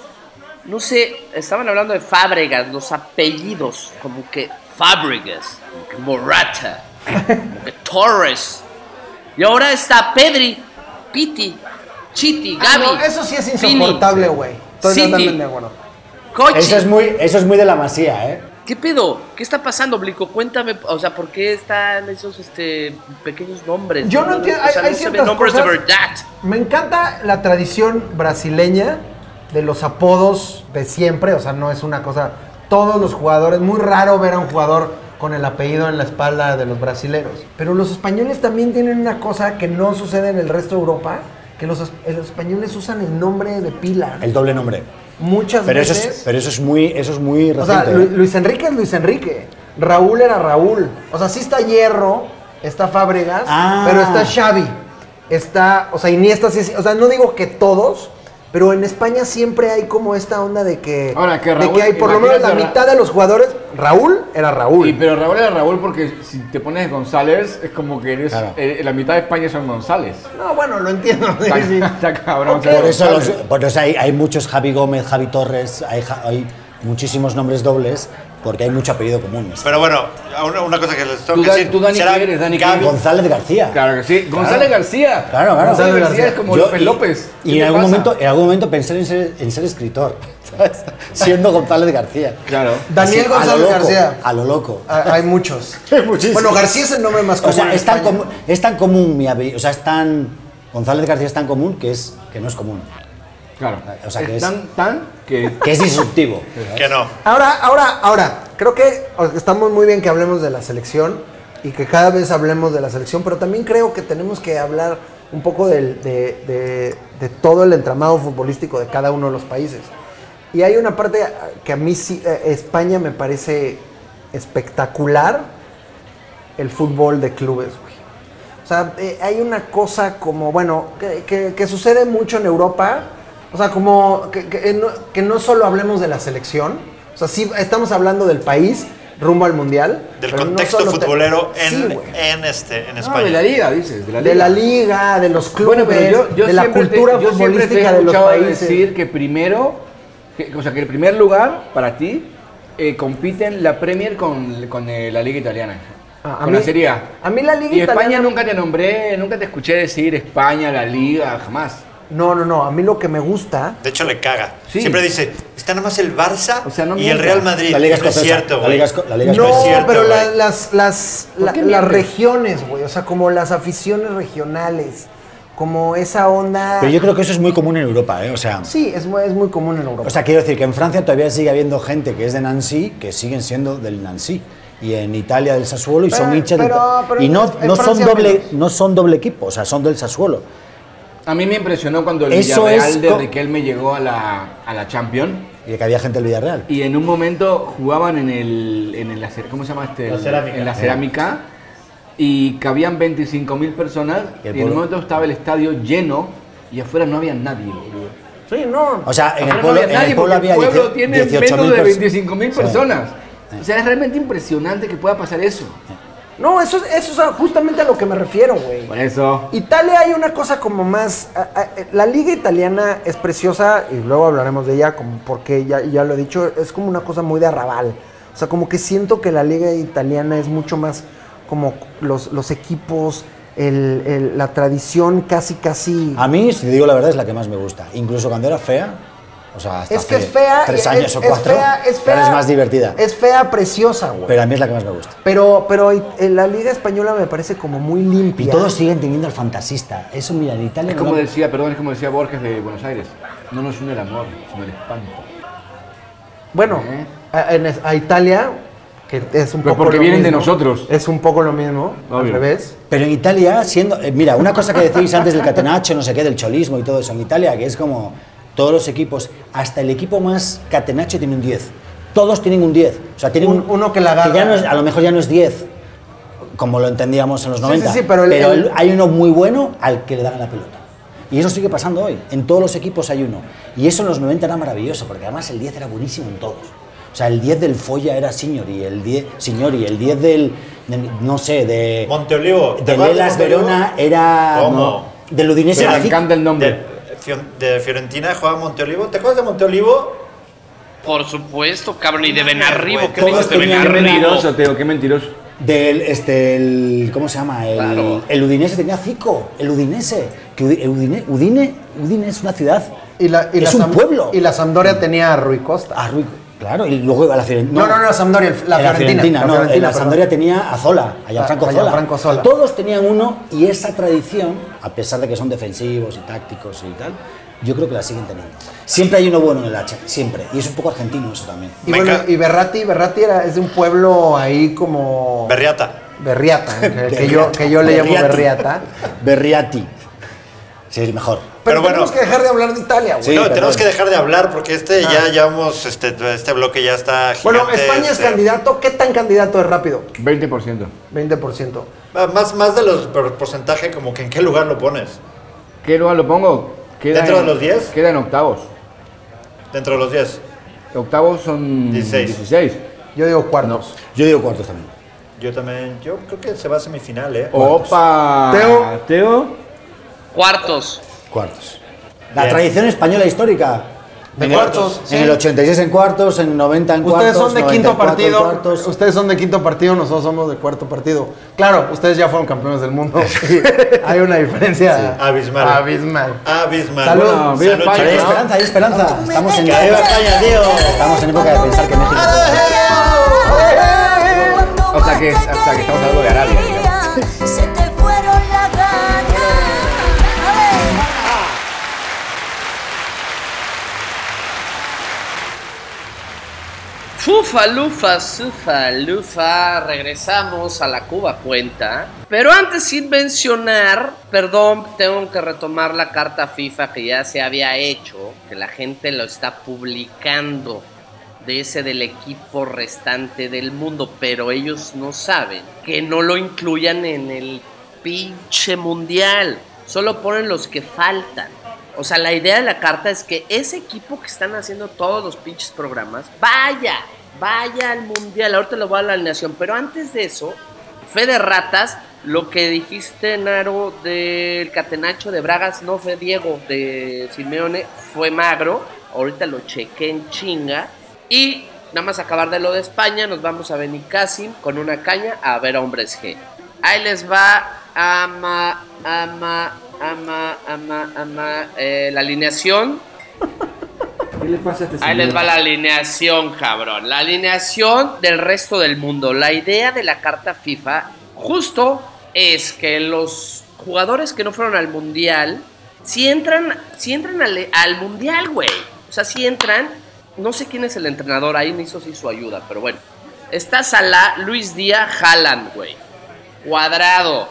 B: no sé, estaban hablando de Fábregas, los apellidos, como que Fábregas, como que Morata, como que Torres, y ahora está Pedri, Piti, Chiti,
A: Ah,
B: Gaby,
A: no, eso sí es insoportable, güey. Estoy
B: City.
A: totalmente de acuerdo.
B: Cochi.
D: Eso es, muy, eso es muy de la masía, ¿eh?
B: ¿Qué pedo? ¿Qué está pasando, Blico? Cuéntame, o sea, ¿por qué están esos este, pequeños nombres?
A: Yo no entiendo,
B: O sea,
A: hay- hay
B: no se ven
A: ciertas
B: nombres de
A: cosas-
B: verdad.
A: Me encanta la tradición brasileña de los apodos de siempre, o sea, no es una cosa. Todos los jugadores, muy raro ver a un jugador con el apellido en la espalda de los brasileros. Pero los españoles también tienen una cosa que no sucede en el resto de Europa, que los, es- los españoles usan el nombre de pila.
D: El doble nombre.
A: Muchas
D: Pero eso
A: veces.
D: es, pero eso es muy, eso es muy
A: O sea,
D: reciente.
C: eh.
D: ¿eh?
A: Lu- Luis Enrique es Luis Enrique. Raúl era Raúl. O sea, sí está Hierro, está Fábregas,
D: Ah.
A: pero está Xavi. Está, o sea, Iniesta sí, es- o sea, no digo que todos, pero en España siempre hay como esta onda de que
C: Ahora, que
A: de
C: Raúl-
A: hay por lo menos la
C: imagínate a Ra-
A: mitad de los jugadores, Raúl era Raúl.
C: Y, pero Raúl era Raúl porque si te pones González es como que eres
D: Claro.
C: eh, la mitad de España son González.
A: no, bueno, lo entiendo. sí,
C: Está, (laughs)
A: sí.
C: está cabrón.
D: Por eso, los- por eso hay, hay muchos Javi Gómez, Javi Torres, hay, ja- hay muchísimos nombres dobles porque hay mucho apellido común.
E: Pero bueno, a una, una cosa que les tengo
C: Tú,
E: que
C: Dan-
E: decir.
C: tú, Dani,
E: será
C: ¿qué eres, Dani? ¿Qué
E: Gaby-
C: eres?
D: González García.
C: Claro que sí. González García.
D: Claro, claro.
C: González
A: González
C: García es
A: García.
C: como
D: Yo-
C: López
D: y-
C: López. ¿Qué
D: Y en
C: te
D: algún,
C: pasa?
D: momento, en algún momento pensé en ser, en ser escritor, (laughs) ¿sabes? siendo González García.
C: Claro.
A: Daniel
D: Así,
A: González
D: a lo loco,
A: García.
D: A lo loco.
A: (laughs) Ah, Hay muchos.
D: Muchísimo.
A: Bueno, García es el nombre más común.
D: O sea,
A: en
D: es tan,
A: España.
D: común, es tan común mi apellido, o sea, es tan... González García es tan común que, es, que no es común,
C: Claro.
D: O sea, que
C: es
D: es-
C: tan, tan que
D: que
C: (laughs)
D: es disruptivo.
E: Que no.
A: Ahora, ahora, ahora, creo que estamos muy bien que hablemos de la selección y que cada vez hablemos de la selección, pero también creo que tenemos que hablar un poco del- de, de- de todo el entramado futbolístico de cada uno de los países. Y hay una parte que a mí sí, eh, España me parece espectacular, el fútbol de clubes, güey. O sea, eh, hay una cosa como, bueno, que, que- que sucede mucho en Europa. O sea, como que, que eh, no, que no solo hablemos de la selección. O sea, sí estamos hablando del país rumbo al mundial.
E: Del
A: pero no
E: contexto
A: solo te-
E: futbolero
A: Sí,
E: en,
A: güey.
E: en, este, en
C: No, de la
E: España.
C: liga, dices. De la liga.
A: de la liga, de los clubes,
C: Bueno, pero yo, yo
A: de la
C: siempre te-
A: cultura
C: yo siempre te he
A: futbolística de los
C: escuchado
A: países.
C: decir que primero, que- o sea, que el primer lugar para ti eh, compiten la Premier con, con eh, la liga italiana.
A: Ah, a
C: con
A: mí-
C: la Serie A.
A: a mí la liga
C: Y España
A: italiana-
C: nunca te nombré, nunca te escuché decir España, la liga, jamás.
A: No, no, no. A mí lo que me gusta.
E: De hecho, le caga.
C: Sí.
E: Siempre dice, está nomás el Barça
C: O sea, no
E: y el
C: mientas.
E: Real Madrid.
D: La Liga
E: no es
D: Escocesa.
E: cierto,
D: La
E: güey.
D: Liga Esco- la Liga
E: No es
A: No,
E: cierto,
A: pero la-
E: güey.
A: las, las,
C: ¿Por
A: la-
C: qué
A: las
C: mientes?
A: regiones, güey. O sea, como las aficiones regionales. Como esa onda.
D: Pero yo creo que eso es muy común en Europa, ¿eh? O sea,
A: Sí, es muy, es muy común en Europa.
D: o sea, quiero decir que en Francia todavía sigue habiendo gente que es de Nancy que siguen siendo del Nancy. Y en Italia del Sassuolo y son
A: Pero-
D: hinchas de-
A: pero- pero
D: Y no,
A: en
D: no, son
A: Francia
D: doble,
A: menos.
D: no son doble equipo, o sea, son del Sassuolo.
C: A mí me impresionó cuando el
D: Eso
C: Villarreal
D: es
C: de
D: co-
C: Riquelme llegó a la, a la Champions
D: Y que había gente del Villarreal.
C: y en un momento jugaban en el, en el acer- ¿cómo se llama este?
F: La cerámica.
C: En la cerámica y cabían 25.000 personas y
D: Y el
C: en un
D: pueblo-
C: momento estaba el estadio lleno y afuera no había nadie. boludo.
A: sí, no.
D: O sea,
C: Afuera
D: en el
C: no
D: pueblo,
C: había
D: en
C: nadie
D: el pueblo
C: porque
D: había
C: el pueblo
D: 18.000
C: tiene menos de
D: pers-
C: 25.000
D: Sí.
C: personas. O sea, es realmente impresionante que pueda pasar eso.
A: No, eso, es- eso es a- justamente a lo que me refiero, güey.
C: Por eso.
A: Italia hay una cosa como más. a- a- la liga italiana es preciosa y luego hablaremos de ella, como porque ya, ya lo he dicho, es como una cosa muy de arrabal. O sea, como que siento que la liga italiana es mucho más como los, los equipos, el- el- la tradición casi, casi.
D: A mí, si te digo la verdad, es la que más me gusta. Incluso cuando era fea. O sea, hasta
A: es que
D: hace
A: es fea.
D: Tres
A: es-
D: años
A: es-
D: o cuatro.
A: Es fea, es fea.
D: ahora es más divertida.
A: Es fea, preciosa, güey.
D: Pero a mí es la que más me gusta.
A: Pero, pero en la liga española me parece como muy limpia.
D: Y todos siguen teniendo al fantasista. Eso, mira, en Italia.
C: Es como
D: no-
C: decía, perdón, es como decía Borges de Buenos Aires. No nos une el amor, sino el espanto.
A: Bueno,
C: ¿Eh?
A: a, en es- a Italia, que es un
C: Pero
A: poco.
C: porque
A: lo
C: vienen de
A: mismo,
C: nosotros.
A: Es un poco lo mismo, al
C: Obvio.
A: revés.
D: Pero en Italia, siendo. eh, mira, una cosa que decís antes del catenacho, no sé qué, del cholismo y todo eso. En Italia, que es como todos los equipos, hasta el equipo más catenacho tiene un 10. Todos tienen un 10. O sea, tienen
A: Un- uno que la agarra.
D: ya no es- a lo mejor ya no es 10, como lo entendíamos en los
A: Sí,
D: 90.
A: sí, sí, pero el- el-
D: el- hay uno muy bueno al que le dan la pelota. Y eso sigue pasando hoy. En todos los equipos hay uno. Y eso en los 90 era maravilloso, porque además el 10 era buenísimo en todos. O sea, el 10 del Folla era Signori, el 10, Signori, el 10 del, del- no sé, de...
E: Monteolivo. ¿te
D: De
E: acuerdas de
D: Lelas
E: Monteolivo?
D: Verona era.
E: ¿Cómo?
D: no, del Udinese
E: Pero
D: era
C: Me
E: sí.
D: Zic-
C: encanta el nombre.
E: De, Fion- de Fiorentina jugaba Monteolivo. ¿Te acuerdas de Monteolivo?
B: Por supuesto, cabrón, y de Benarribo.
E: Güey,
B: ¿Qué
D: todos
B: dices de
D: tenían
B: Benarribo?
C: Teo, qué mentiroso.
D: Del, este, el. ¿Cómo se llama? El,
B: Claro.
D: el Udinese tenía Zico. El Udinese. Que Udi- el Udine, Udine, Udine es una ciudad.
A: Y la, y
D: es
A: la
D: un
A: Sam-
D: pueblo.
A: Y la Sampdoria tenía a Rui Costa.
D: Ah, Rui- claro, y luego iba a la Fiorentina.
A: No, no, no, la Sampdoria, el- la
D: Era
A: Fiorentina, la
D: no,
A: Fiorentina,
D: la
A: perdón. Ah,
D: Sampdoria tenía a Zola, a Gianfranco
A: A- a
D: Zola.
A: Gianfranco Zola.
D: Todos tenían uno y esa tradición, a pesar de que son defensivos y tácticos y tal, yo creo que la siguen teniendo. Siempre hay uno bueno en el hacha, siempre. Y es un poco argentino eso también.
A: Y,
E: Me
A: bueno,
E: encanta.
A: y Berrati, Berrati era, es de un pueblo ahí como.
E: Berriata.
A: Berriata, que, que yo, que yo le llamo Berriata.
D: Berriati. Sí, es mejor.
A: Pero,
E: Pero bueno.
A: tenemos que dejar de hablar de Italia, güey.
D: Sí,
E: no,
D: perdón.
E: tenemos que dejar de hablar porque este
C: Ah.
E: ya llevamos, este, este bloque ya está gigante.
A: bueno, España es
E: este,
A: candidato. ¿Qué tan candidato es rápido?
C: 20%.
A: 20%.
E: Ah, Más, más de los por- porcentaje, como que en qué lugar lo pones.
C: ¿Qué lugar lo pongo? Queda
E: ¿Dentro
C: en-
E: de los 10?
C: Queda en octavos.
E: Dentro de los 10.
C: Octavos son
E: 16.
C: 16.
A: Yo digo cuartos.
D: Yo digo cuartos también.
E: Yo también, yo creo que se va a semifinal, ¿eh?
C: Opa.
A: Teo.
C: Teo.
B: Cuartos.
D: Cuartos. La
E: Bien.
D: tradición española histórica.
A: De
D: En el-
A: cuartos,
D: En
A: sí.
D: el 86 en cuartos, en 90 en cuartos.
A: Ustedes son de quinto
D: 94 en
A: partido.
D: cuartos.
A: Ustedes son de quinto partido, nosotros somos de cuarto partido. Claro, ustedes ya fueron campeones del mundo. Hay una diferencia
E: Abismal.
A: Abismal.
E: Abismal.
A: Salud.
C: Bueno, viva
E: Salud,
C: España,
D: Hay
E: chicos.
C: ¿no?
D: esperanza, hay esperanza. Estamos en,
E: Que viva
D: época,
E: España, tío.
D: estamos en época de pensar que México.
C: O sea que- o sea que estamos hablando de Arabia,
G: Se te fueron las ganas. A ver.
B: Fufa, lufa, sufa, lufa. Regresamos a la Cuba Cuenta. Pero antes, sin mencionar, perdón, tengo que retomar la carta FIFA que ya se había hecho, que la gente lo está publicando de ese del equipo restante del mundo, pero ellos no saben que no lo incluyan en el pinche mundial. Solo ponen los que faltan. O sea, la idea de la carta es que ese equipo que están haciendo todos los pinches programas, vaya, vaya al mundial. Ahorita lo va a la alineación, pero antes de eso, fe de ratas, lo que dijiste, Naro, del catenacho de Bragas, no fue Diego de Simeone, fue Magro. Ahorita lo chequé en chinga. Y nada más acabar de lo de España, nos vamos a Benicassim con una caña a ver a hombres G. Ahí les va ama, ama, ama, ama, ama. eh, la alineación.
C: ¿Qué le pasa a este
B: Ahí
C: señor?
B: les va la alineación, cabrón. La alineación del resto del mundo. La idea de la carta FIFA justo es que los jugadores que no fueron al mundial, si entran, si entran al, al mundial, güey. O sea, si entran, no sé quién es el entrenador, ahí me hizo sí su ayuda, pero bueno. Está Salah, Luis Díaz, Haaland, güey. Cuadrado,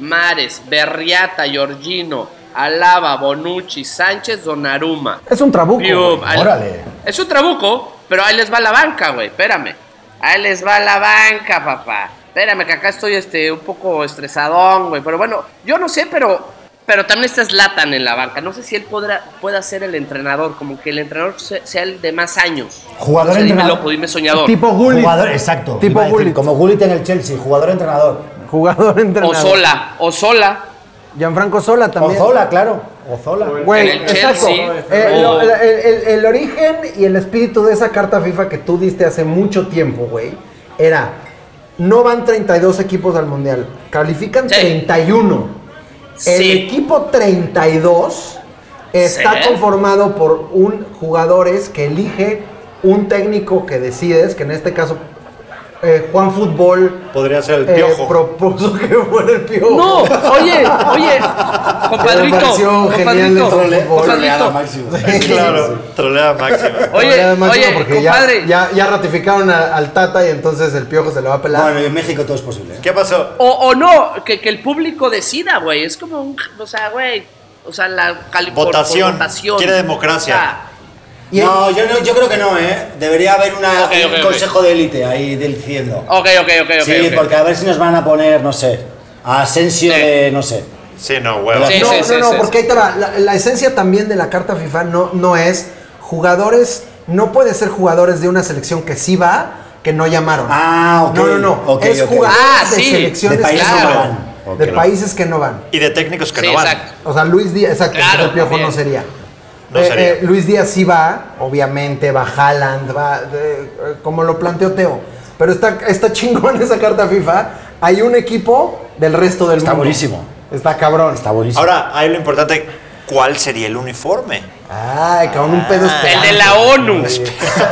B: Mares, Berriata, Giorgino, Alaba, Bonucci, Sánchez, Donnarumma.
A: Es un trabuco.
B: Piu,
A: güey.
B: ahí-
F: órale.
B: Es un trabuco, pero ahí les va la banca, güey. Espérame. Ahí les va la banca, papá. Espérame, que acá estoy este, un poco estresadón, güey. Pero bueno, yo no sé, pero. Pero también está Zlatan en la banca. No sé si él podrá, pueda ser el entrenador, como que el entrenador se- sea el de más años.
F: Jugador,
B: No sé, dime
F: entrenador.
B: loco, dime soñador.
A: Tipo Gullit.
F: Jugador, exacto.
A: Tipo
F: Iba a decir,
A: Gullit.
F: Como Gullit en el Chelsea, jugador-entrenador.
A: Jugador entrenador.
B: o Sola, o Sola.
A: Gianfranco Sola también.
F: Ozola, claro. Ozola.
A: Güey,
B: En el Oh.
A: exacto.
B: Chelsea,
A: Eh,
B: o-
A: lo- el, el- el origen y el espíritu de esa carta FIFA que tú diste hace mucho tiempo, güey, era, no van 32 equipos al Mundial, califican
B: Sí.
A: 31. El
B: Sí.
A: equipo 32 está
B: Sí.
A: conformado por un jugadores que elige un técnico que decides, que en este caso eh, Juan Fútbol
E: Podría ser el
A: eh, (laughs)
E: piojo. (laughs)
A: propuso que fuera el piojo.
B: No, oye, oye, compadrito.
A: pareció genial
B: Compadrito,
A: el trole-
B: compadrito.
A: (laughs)
E: claro, troleada máxima.
B: Oye,
A: Oye,
B: oye,
A: porque ya-
B: compadre.
A: Ya, ya ratificaron a- al Tata y entonces el piojo se le va a pelar.
D: Bueno, y en México todo es posible. ¿eh?
E: ¿Qué pasó?
B: O, o no, que, que el público decida, güey. Es como un. O sea, güey. O sea, la cali- por- por
E: Votación. Quiere democracia.
B: O sea,
A: Y el-
D: No, yo no, yo creo que no, ¿eh? Debería haber una,
B: Ok,
D: un
B: ok, ok.
D: consejo de élite ahí diciendo.
B: ok, ok, ok, ok.
D: sí,
B: ok.
D: porque a ver si nos van a poner, no sé, a Asensio
B: Sí.
D: de, no sé.
E: Sí, no, huevo.
B: Sí,
A: no,
B: sí,
A: no,
B: sí,
A: no,
B: sí,
A: porque ahí te va. La, la esencia también de la carta FIFA no, no es jugadores, no puede ser jugadores de una selección que sí va, que no llamaron.
D: Ah, ok,
A: No, no, no.
D: ok,
A: es
D: ok.
A: jugadores
B: Ah,
A: de
B: sí,
A: selecciones
D: de países
A: que
B: que
A: no
B: no
A: van.
D: van.
A: de
D: Ok.
A: países que no van.
E: Y de técnicos que
B: Sí,
E: no van.
B: exacto.
A: O sea, Luis Díaz, exacto,
B: Claro,
A: entonces el piojo
B: también.
A: no sería. Eh,
E: No sería.
A: Luis Díaz sí va, obviamente, va Haaland, va eh, eh, como lo planteó Teo. Pero está, está chingón (laughs) esa carta FIFA. Hay un equipo del resto del
D: Está
A: mundo.
D: buenísimo.
A: Está cabrón.
D: Está buenísimo.
E: Ahora, ahí lo importante, ¿cuál sería el uniforme?
A: Ay, cabrón, un pedo
B: Ah, El
A: esperante,
B: de la ONU.
A: (laughs)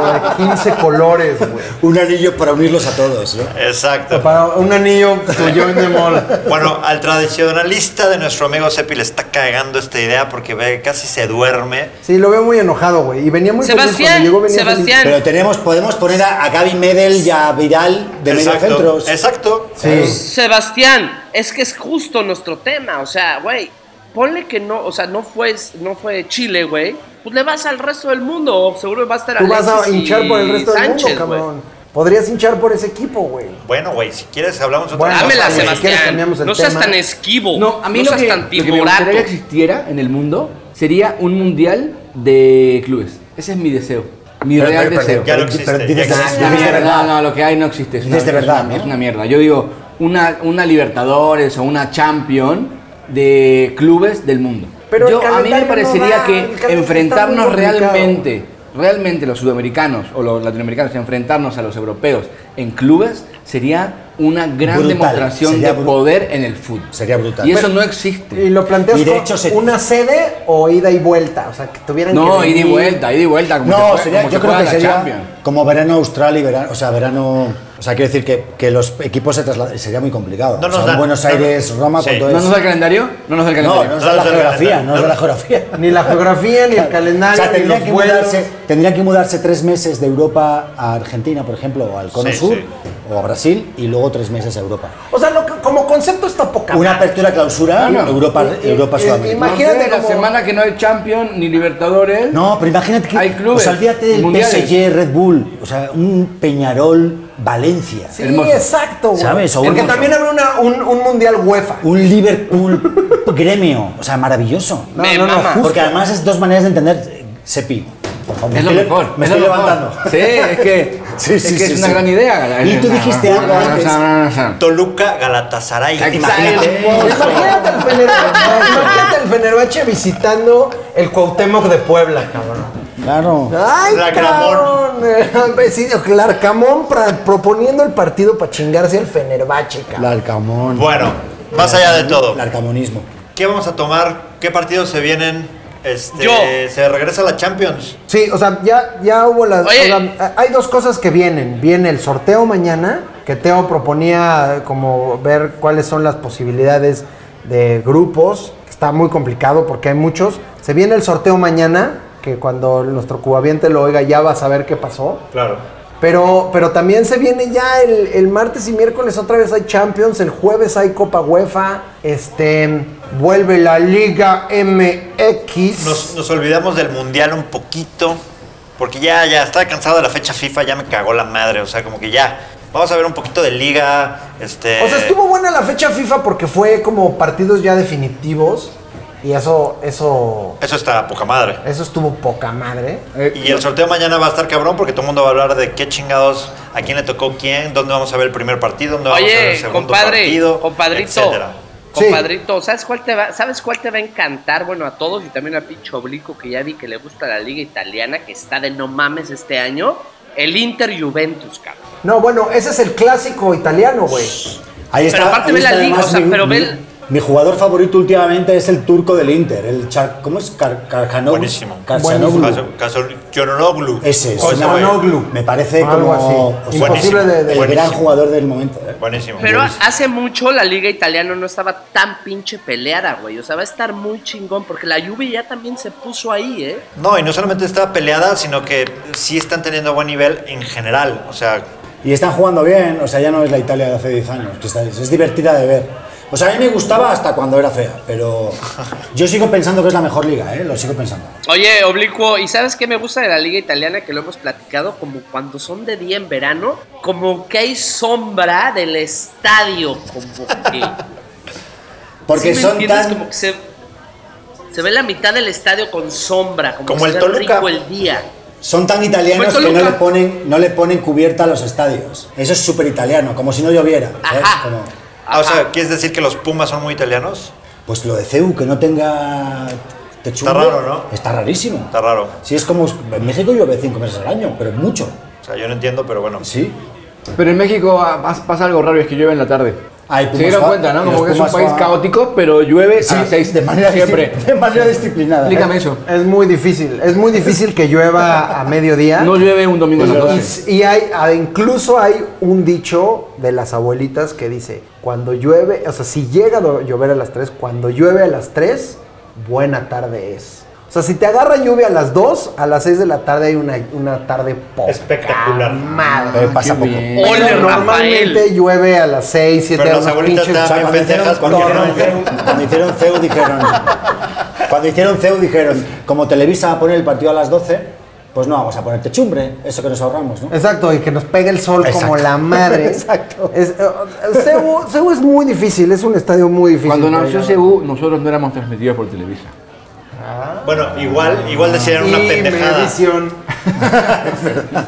A: güey, de 15 colores, güey.
D: un anillo para unirlos a todos, ¿no?
E: Exacto.
A: Para un anillo tuyo en mall.
E: Bueno, al tradicionalista de nuestro amigo Sepi le está cagando esta idea porque ve, casi se duerme.
A: Sí, lo veo muy enojado, güey. Y venía muy feliz
B: Sebastián,
A: cuando llegó, venía feliz.
B: Sebastián.
D: Pero tenemos, podemos poner a, a Gaby Medel y a Vidal de medio
E: Exacto.
D: centros.
E: Exacto.
A: Sí.
B: Sebastián, es que es justo nuestro tema. O sea, güey. Ponle que no, o sea, no fue, no fue Chile, güey. Pues le vas al resto del mundo. Seguro va a estar
A: Tú vas a
B: Alexis y
A: hinchar por el resto del mundo,
B: Sánchez, güey.
A: cabrón. Podrías hinchar por ese equipo, güey.
E: Bueno, güey, si quieres hablamos otra
A: Bueno,
E: cosa,
B: Dámela,
A: Vamos, si
E: güey.
A: Sebastián. quieres
B: Sebastián.
A: cambiamos el
B: No seas
A: tema.
B: tan esquivo.
C: ¿eh? No, a mí lo,
B: seas
C: que,
B: tan
C: lo que me gustaría que
B: timorato.
C: existiera en el mundo sería un mundial de clubes. Ese es mi deseo. Mi
D: Pero-
C: real
D: pero- pero
C: deseo.
E: ya lo
D: Pero-
E: existe,
D: pero
E: ya
D: dices-
E: existe.
D: dices de
C: No,
D: verdad.
C: Ah, No, no, lo que hay no existe. Es
D: Dices de
C: una-
D: verdad,
C: es una-
D: ¿no?
C: Es una mierda. Yo digo, una, una Libertadores o una Champion de clubes del mundo.
A: Pero el
C: Yo- a mí me
A: calendario no
C: parecería
A: da, el
C: que
A: calendario está
C: enfrentarnos
A: muy complicado.
C: realmente, realmente los sudamericanos o los latinoamericanos, enfrentarnos a los europeos en clubes sería una gran
D: Brutal,
C: demostración
D: sería
C: de
D: bru-
C: poder en el fútbol.
D: Sería brutal.
C: Y eso
D: Pero-
C: no
A: Y
C: existe.
A: lo planteas
D: Y de
A: con
D: hecho se-
A: una sede o ida y vuelta. O sea, que tuvieran
C: No,
A: que
C: ida y
A: venir.
C: vuelta, ida y vuelta. Como
D: no,
C: se juega-
D: sería,
C: como se
D: yo creo
C: juega
D: que
C: la
D: sería
C: Champions.
D: como verano austral y verano, o sea, verano, o sea, quiero decir que, que los equipos se trasladan, sería muy complicado.
E: No
D: O
E: nos
D: sea,
E: dan-
D: Buenos
E: no-
D: Aires, Roma,
E: sí.
D: con todo
C: ¿No
D: eso.
C: nos da el calendario? No nos da el
D: No,
C: calendario.
D: no nos da la
E: No nos da el
D: geografía,
E: calendario.
D: no nos da la geografía.
A: Ni la geografía, ni el
D: O
A: calendario,
D: sea,
A: ni
D: tendría
A: los
D: que,
A: vuelos.
D: mudarse, tendría que mudarse tres meses de Europa a Argentina, por ejemplo, o al Cono
E: Sí,
D: Sur,
E: sí.
D: o a Brasil, y luego tres meses a Europa.
A: O sea, lo que- como concepto está poca.
D: Una apertura-claima,
C: No, no.
D: Europa,
A: Y- y-
D: Europa
A: y-
D: Sudamérica.
A: Imagínate
C: Imagínate la
A: como-
C: semana que no hay Champions ni Libertadores.
D: No, pero imagínate que.
C: Hay clubes,
D: o sea, olvídate del
C: mundiales.
D: PSG, Red Bull, o sea, un Peñarol, Valencia.
A: Sí,
C: Hermoso.
A: exacto, güey.
D: ¿Sabes? O
A: Porque
D: un-
A: también habrá una- un, un mundial UEFA.
D: Un Liverpool gremio, o sea, maravilloso.
A: No,
B: Me
A: no, no,
B: mama.
A: justo.
D: Porque además es dos maneras de entender. eh, Sepi, por favor.
C: Es lo
D: me estoy-
C: mejor.
D: Me
C: es
D: estoy
C: lo mejor. (laughs)
D: levantando.
C: Sí, es que
D: (laughs) Sí,
C: es,
D: sí,
C: que
D: sí,
C: es una
D: sí.
C: gran idea.
D: Y tú dijiste algo antes.
C: No, no, no, no, no.
E: Toluca Galatasaray.
C: Ay,
D: Imagínate.
A: Imagínate el,
B: (laughs)
A: Fenerbahce, imagínate el Fenerbahce visitando el Cuauhtémoc de Puebla, cabrón.
D: Claro.
A: Ay,
E: La
A: cabrón. (laughs) Pues Sí, claro, Camón pra- proponiendo el partido para chingarse al Fenerbahce, cabrón.
D: Larcamón.
E: Bueno, más allá de todo.
D: Larcamonismo.
E: ¿Qué vamos a tomar? ¿Qué partidos se vienen? Este,
B: Yo.
E: Se regresa la Champions.
A: Sí, o sea, ya, ya hubo las.
B: Oye.
A: o sea, hay dos cosas que vienen. Viene el sorteo mañana, que Teo proponía eh, como ver cuáles son las posibilidades de grupos. Está muy complicado porque hay muchos. Se viene el sorteo mañana, que cuando nuestro cubaviente lo oiga ya va a saber qué pasó.
E: Claro.
A: Pero, pero también se viene ya el, el martes y miércoles otra vez hay Champions, el jueves hay Copa UEFA, este vuelve la Liga MX.
E: Nos, nos olvidamos del Mundial un poquito, porque ya, ya, estaba cansado de la fecha FIFA, ya me cagó la madre, o sea, como que ya. Vamos a ver un poquito de liga, este...
A: O sea, estuvo buena la fecha FIFA porque fue como partidos ya definitivos y eso, eso,
E: Eso está poca madre.
A: eso estuvo poca madre.
C: Eh,
E: Y el sorteo mañana va a estar cabrón porque todo el mundo va a hablar de qué chingados, a quién le tocó quién, dónde vamos a ver el primer partido, dónde vamos a ver el
B: Oye,
E: segundo
B: compadre,
E: partido,
B: compadrito,
E: etcétera.
A: Sí.
B: compadrito, ¿sabes cuál te va, sabes cuál te va a encantar? Bueno, a todos y también a pinche oblicuo que ya vi que le gusta la liga italiana, que está de no mames este año, el Inter Juventus, cabrón.
A: No, bueno, ese es el clásico italiano, güey.
D: Ahí
B: Pero aparte ve la liga, o sea, pero ve el-
D: mi jugador favorito últimamente es el turco del Inter, el Char, ¿cómo es? Car, Carjanoglu.
E: Buenísimo.
D: Karsanoglu.
E: Caso- caso- Yoronoglu.
D: Ese es.
E: O ese güey.
A: Karsanoglu.
D: Me parece
A: Algo
D: como
A: así.
D: o sea,
A: Imposible de- de-
D: el gran
E: buenísimo.
D: jugador del momento. ¿eh?
E: Buenísimo.
B: Pero hace mucho la liga italiana no estaba tan pinche peleada, güey. O sea, va a estar muy chingón porque la Juve ya también se puso ahí, ¿eh?
E: No, y no solamente está peleada, sino que sí están teniendo buen nivel en general. O sea,
D: Y están jugando bien, o sea, ya no es la Italia de hace 10 años, que está- es divertida de ver. O sea, a mí me gustaba hasta cuando era fea, pero yo sigo pensando que es la mejor liga, ¿eh? Lo sigo pensando.
B: Oye, oblicuo, ¿y sabes qué me gusta de la liga italiana que lo hemos platicado? Como cuando son de día en verano, como que hay sombra del estadio, como que...
D: Porque
B: ¿Sí me
D: son
B: entiendes?
D: tan...
B: Como que se, se ve la mitad del estadio con sombra, como,
E: Como
B: que
E: el
B: se ve
E: Toluca.
B: rico el día.
D: Son tan italianos
B: Fue
D: que no
B: Toluca.
D: le, ponen, no le ponen cubierta a los estadios. Eso es súper italiano, como si no lloviera. ¿sabes?
B: Ajá.
D: Como,
E: ah, o sea,
B: Ajá.
E: ¿quieres decir que los Pumas son muy italianos?
D: pues lo de CEU, que no tenga techumbre,
E: Está raro, ¿no?
D: Está rarísimo.
E: Está raro.
D: Sí, es como... En México llueve cinco meses al año, pero es mucho.
E: O sea, yo no entiendo, pero bueno.
D: Sí.
C: Pero en México ah, pas- pasa algo raro, es que llueve en la tarde.
D: Ah, y
C: Se dieron
D: Pumas
C: cuenta,
D: va-
C: ¿no?
D: y los
C: Como que es un
D: Pumas
C: país
D: va-
C: caótico, pero llueve
D: Ah, Sí,
C: a las seis
D: de manera,
C: siempre.
D: disci- (laughs) de manera disciplinada. ¿eh?
C: Explícame eso.
A: Es muy difícil, es muy difícil que llueva a mediodía.
C: No llueve un domingo a las
D: Es verdad.
C: 12.
A: Y, y hay, ah, incluso hay un dicho de las abuelitas que dice, cuando llueve, o sea, si llega a do- llover a las 3, cuando llueve a las 3, buena tarde es. O sea, si te agarra lluvia a las 2, a las 6 de la tarde hay una, una tarde poca
E: Espectacular.
A: Madre.
D: Pero Ah, pasa
C: Qué
D: poco.
C: bien.
B: Ole,
A: Pero
B: Rafael.
A: normalmente llueve a las 6, 7
E: Pero
A: de
E: las abuelitas
D: O sea,
E: estaban
D: cuando
E: bien pendejas
D: hicieron-
E: porque
D: cuando
E: no.
D: hicieron- cuando hicieron CEU dijeron. Cuando hicieron CEU dijeron, como Televisa va a poner el partido a las 12, pues no vamos a poner techumbre, eso que nos ahorramos, ¿no?
A: Exacto, y que nos pegue el sol como
D: Exacto.
A: la
E: (laughs)
A: madre.
D: Exacto.
A: Es, eh, Cebu, Cebu es muy difícil, es un estadio muy difícil.
C: Cuando
A: para
C: nació
A: ir a-
C: CU, nosotros no éramos transmitidos por Televisa.
E: Bueno, igual, igual decidieron una
A: Y
E: pendejada.
A: medición.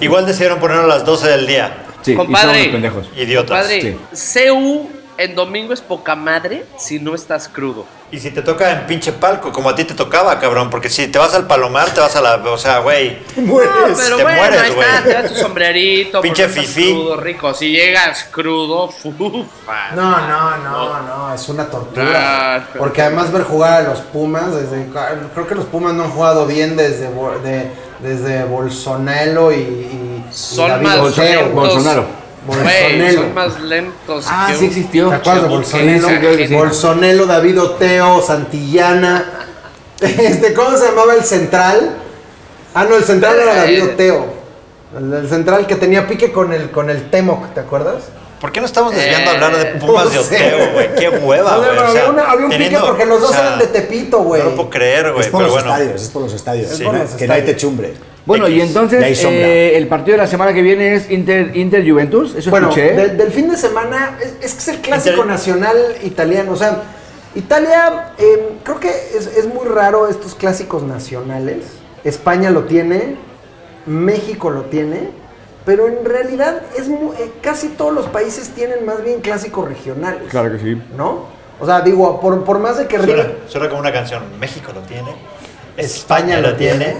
E: Igual decidieron ponerlo a las 12 del día.
C: Sí, y
B: Compadre.
C: somos unos pendejos.
E: Idiotas.
B: Padre, CU en domingo es poca madre si no estás
E: (laughs)
B: crudo.
E: Y si te toca en pinche palco, como a ti te tocaba, cabrón, porque si te vas al palomar, te vas a la. O sea, güey.
B: No, pero
E: Pues, te
B: bueno,
E: mueres,
B: ahí
E: güey.
B: está, te das tu sombrerito,
E: Pinche
B: porque estás
E: fifí.
B: crudo, rico. Si llegas crudo, (laughs) fufa.
A: No, no, no, no, es una tortura.
B: No.
A: Porque además ver jugar a los Pumas, desde, creo que los Pumas no han jugado bien desde, Bo- de- desde Bolsonaro y, y- y
B: Son
A: David
B: más
A: Otero.
B: lentos.
C: Bolsonaro.
B: Güey,
A: Bolsonaro.
B: son más lentos.
C: Ah,
B: que
C: sí
B: un-
C: existió.
A: ¿Te acuerdas de
C: Sí, sí, creo que sí.
A: Bolsonaro? Bolsonaro, David Oteo, Santillana. (laughs) Este, ¿Cómo se llamaba el central? Ah, no, el central era David Oteo. El, el central que tenía pique con el, con el Temoc, ¿te acuerdas?
E: ¿Por qué no estamos desviando a hablar de
B: Eh,
E: Pumas de
A: no sé.
E: Oteo, güey? Qué hueva,
A: No,
E: Ah, güey.
A: pero
E: O sea,
A: había, una- había un
E: teniendo-
A: pique porque los dos
E: o sea,
A: eran de Tepito, güey.
E: No lo puedo creer,
D: es
E: güey,
D: por
E: pero
D: los
E: bueno.
D: estadios, es por los estadios.
E: Sí.
D: que
A: por los
D: no hay
A: estadios.
D: techumbre.
C: Bueno, y
D: Y hay
C: entonces
D: sombra.
C: eh, el partido de la semana que viene es Inter, Inter Juventus, eso
A: Bueno,
C: escuché.
A: de- del fin de semana, es, es que es el clásico
E: Inter-
A: nacional italiano. O sea, Italia, eh, creo que es, es muy raro estos clásicos nacionales. España lo tiene, México lo tiene, pero en realidad es mu- eh, casi todos los países tienen más bien clásicos regionales.
C: Claro que sí.
A: ¿No? O sea, digo, por, por más de que
E: Suena,
A: River-
E: suena como una canción. México lo tiene.
A: España
E: España lo
A: lo (laughs)
E: tiene.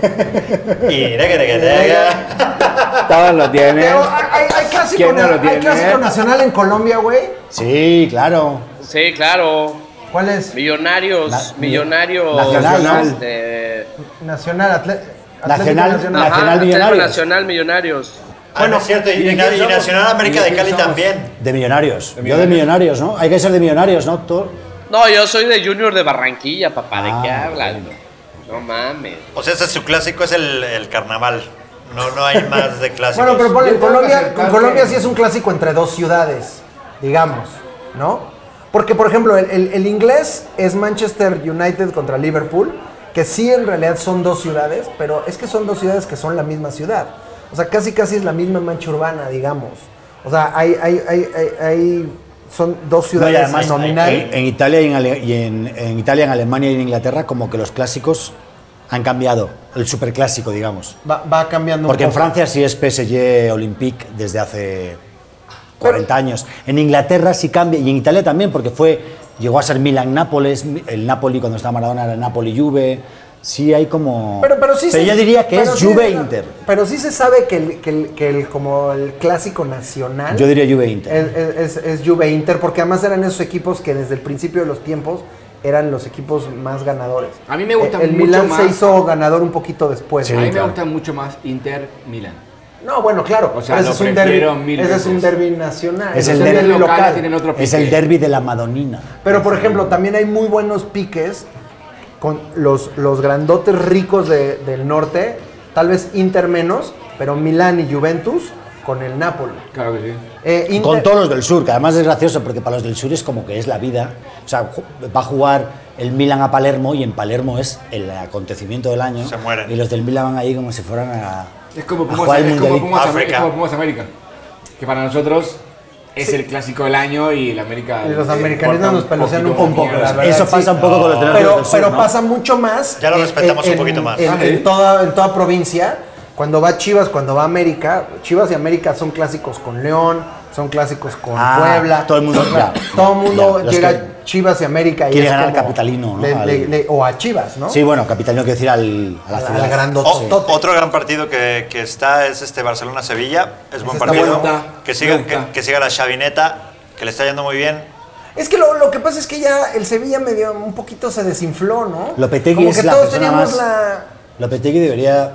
E: Y rega, rega, rega.
C: Todos lo tienen.
A: Pero hay, hay- hay clásico,
C: ¿Quién no
A: na-
C: lo
A: hay
C: tiene?
A: clásico nacional en Colombia, güey.
D: Sí, claro.
B: Sí, claro.
A: ¿Cuál es?
B: Millonarios,
D: La-
B: millonarios.
D: Nacional.
B: este,
A: Nacional, Atle-
D: Nacional,
A: Atlético
D: Nacional.
B: ajá, Atlético
D: Millonarios.
B: Nacional, Millonarios.
E: Bueno, es cierto, y,
D: ¿y de
E: y-
D: quién
E: y
D: somos?
E: Nacional América
D: ¿Y de
E: de
D: quién
E: Cali
D: somos?
E: también.
D: De millonarios. Yo de millonarios, ¿no? Hay que ser de millonarios, ¿no? Todo-
B: No, yo soy de Junior de Barranquilla, papá. ¿De qué
D: Ah,
B: hablan? No mames.
E: O sea, ese es su clásico es el, el carnaval. No, no hay
A: (laughs)
E: más de clásicos.
A: Bueno, pero ponle,
F: Yo
A: en
F: tengo que
A: Colombia,
F: acertar
A: en Colombia
F: que-
A: sí es un clásico entre dos ciudades, digamos, ¿no? Porque, por ejemplo, el, el- el inglés es Manchester United contra Liverpool, que sí en realidad son dos ciudades, pero es que son dos ciudades que son la misma ciudad. O sea, casi casi es la misma mancha urbana, digamos. O sea, hay, hay, hay, hay, hay- son dos
D: No, y
A: ciudades
D: además, eh,
A: nominal.
D: En, en Italia y, en, Ale- y en- en Italia, en Alemania y en Inglaterra, como que los clásicos han cambiado. El superclásico, digamos.
A: va, va cambiando
D: Porque
A: un
D: en
A: poco.
D: Francia sí es PSG Olympique desde hace 40 años. En Inglaterra sí cambia, y en Italia también, porque fue llegó a ser Milan-Nápoles, el Napoli cuando estaba Maradona era Napoli-Juve. Sí hay como...
A: Pero, pero sí se-
D: yo diría que es
A: pero sí-
D: Juve-Inter.
A: Pero sí se sabe que el, que el- que el- como el clásico nacional.
D: Yo diría Juve-Inter.
A: Es, es- es- es Juve Inter, porque además eran esos equipos que desde el principio de los tiempos eran los equipos más ganadores.
C: A mí me gusta
A: Eh, el
C: mucho
A: Milan
C: más-
A: se hizo ganador un poquito después.
D: Sí.
C: a mí me
D: claro.
C: gusta mucho más Inter Milan.
A: No, bueno, claro.
C: O sea,
A: pero
C: lo
A: ese es un
C: prefiero
A: derbi-
C: mil
A: ese es
C: veces.
A: un derbi nacional.
D: Es
A: ese
D: el
A: un
D: derbi
A: derbi
C: local, tienen otro
D: Es el derby de la Madonina.
A: Pero por ejemplo, también hay muy buenos piques con los, los grandotes ricos de- del norte, tal vez Inter menos, pero Milán y Juventus con el Napoli.
C: Claro que sí.
A: Eh, Inter-
D: Con todos los del sur, que además es gracioso porque para los del sur es como que es la vida. O sea, ju- va a jugar el Milan a Palermo y en Palermo es el acontecimiento del año.
E: Se mueren.
D: Y los del Milan van ahí como si fueran a.
C: Es como
D: a jugar
C: Pumas,
D: el
C: es como
D: Mundialito.
C: Pumas, América,
E: África.
C: es como Pumas América. Que para nosotros es el clásico del año y el América.
A: Y los
C: eh,
A: americanistas
C: importa
A: nos pelosean un
C: poquito
A: poco,
C: de
A: la
C: mierda.
A: verdad,
D: Eso
A: sí.
D: pasa un poco con los de los
A: pero,
D: del sur.
A: pero
D: ¿no?
A: pasa mucho más.
E: Ya lo
A: en-
E: respetamos un
A: en-
E: poquito más.
A: En,
C: Ah,
A: en
C: ¿sí?
A: toda, en toda provincia, cuando va Chivas, cuando va América, Chivas y América son clásicos con León, son clásicos con
D: Ah,
A: Puebla.
D: todo el mundo-
A: son cla-
D: ya,
A: todo el
D: ya,
A: mundo
D: ya, los
A: llega
D: que-
A: a Chivas y América. y
D: Quiere
A: es
D: ganar al
A: como-
D: capitalino, ¿no?
A: le-
D: Al-
A: le- le- o a Chivas, ¿no?
D: Sí, bueno, capitán, no quiero decir al, a la
A: Al-
D: ciudad.
A: al
E: O-
A: grandote.
E: otro gran partido que, que está es este Barcelona-Sevilla. Es buen
A: está
E: partido.
A: bueno.
E: Que, siga,
C: Me
E: que,
C: gusta.
E: que siga la chavineta, que le está yendo muy bien.
A: Es que lo, lo que pasa es que ya el Sevilla medio un poquito se desinfló, ¿no?
D: Lopetegui
A: Como
D: es
A: que
D: la
A: todos
D: persona
A: teníamos
D: más-
A: la.
D: Lopetegui debería,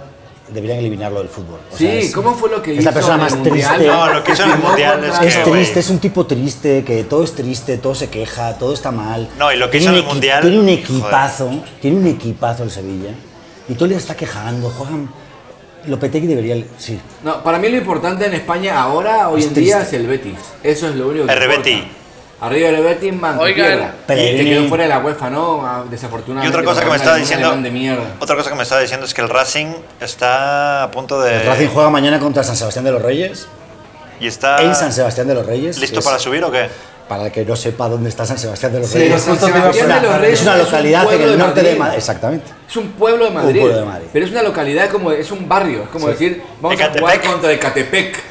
D: deberían eliminarlo del fútbol. O sea,
C: Sí,
D: es-
C: ¿cómo fue lo que
D: es
C: hizo?
D: la persona
C: en el
D: más
C: Mundial?
D: triste.
E: No, lo que hizo en el Mundial es
D: Es
E: que, güey.
D: triste, es un tipo triste, que todo es triste, todo se queja, todo está mal.
E: No, y lo que hizo
D: Tiene
E: en el
D: un equi-
E: Mundial,
D: Tiene un
E: joder.
D: equipazo, tiene un equipazo el Sevilla. Y todo el día está quejando, juegan. Lopetegui debería. Sí.
C: No, para mí lo importante en España ahora, hoy
D: Es
C: en día, es
D: triste.
C: el Betis. Eso es lo único que
E: El
C: importa.
E: Betis.
C: Arriba el Betis, man, que
B: Oigan.
C: pierda. Y te
D: Pellegrini.
C: quedó fuera de la UEFA, ¿no? Ah,
E: Y
C: Desafortunadamente.
E: otra cosa que me
C: contra
E: estaba
C: un alemán
E: diciendo.
C: de mierda.
E: Otra cosa que me estaba diciendo es que el Racing está a punto de.
D: El Racing juega mañana contra San Sebastián de los Reyes.
E: y está
D: en San Sebastián de los Reyes.
E: Ah. listo
D: que es-
E: para subir o qué?
D: Para el que no sepa dónde está San Sebastián de los
C: Sí,
D: Reyes.
C: San
D: Es una-
C: Sebastián de los Reyes
D: Es una
C: es un
D: localidad en
C: pueblo
D: el
C: de
D: norte de
C: Madrid.
D: Madrid. Exactamente.
C: Es un pueblo de Madrid.
D: pueblo de Madrid.
C: Pero es una localidad como. Es un barrio. Es como decir, vamos a jugar
E: Ecatepec.
C: contra Ecatepec.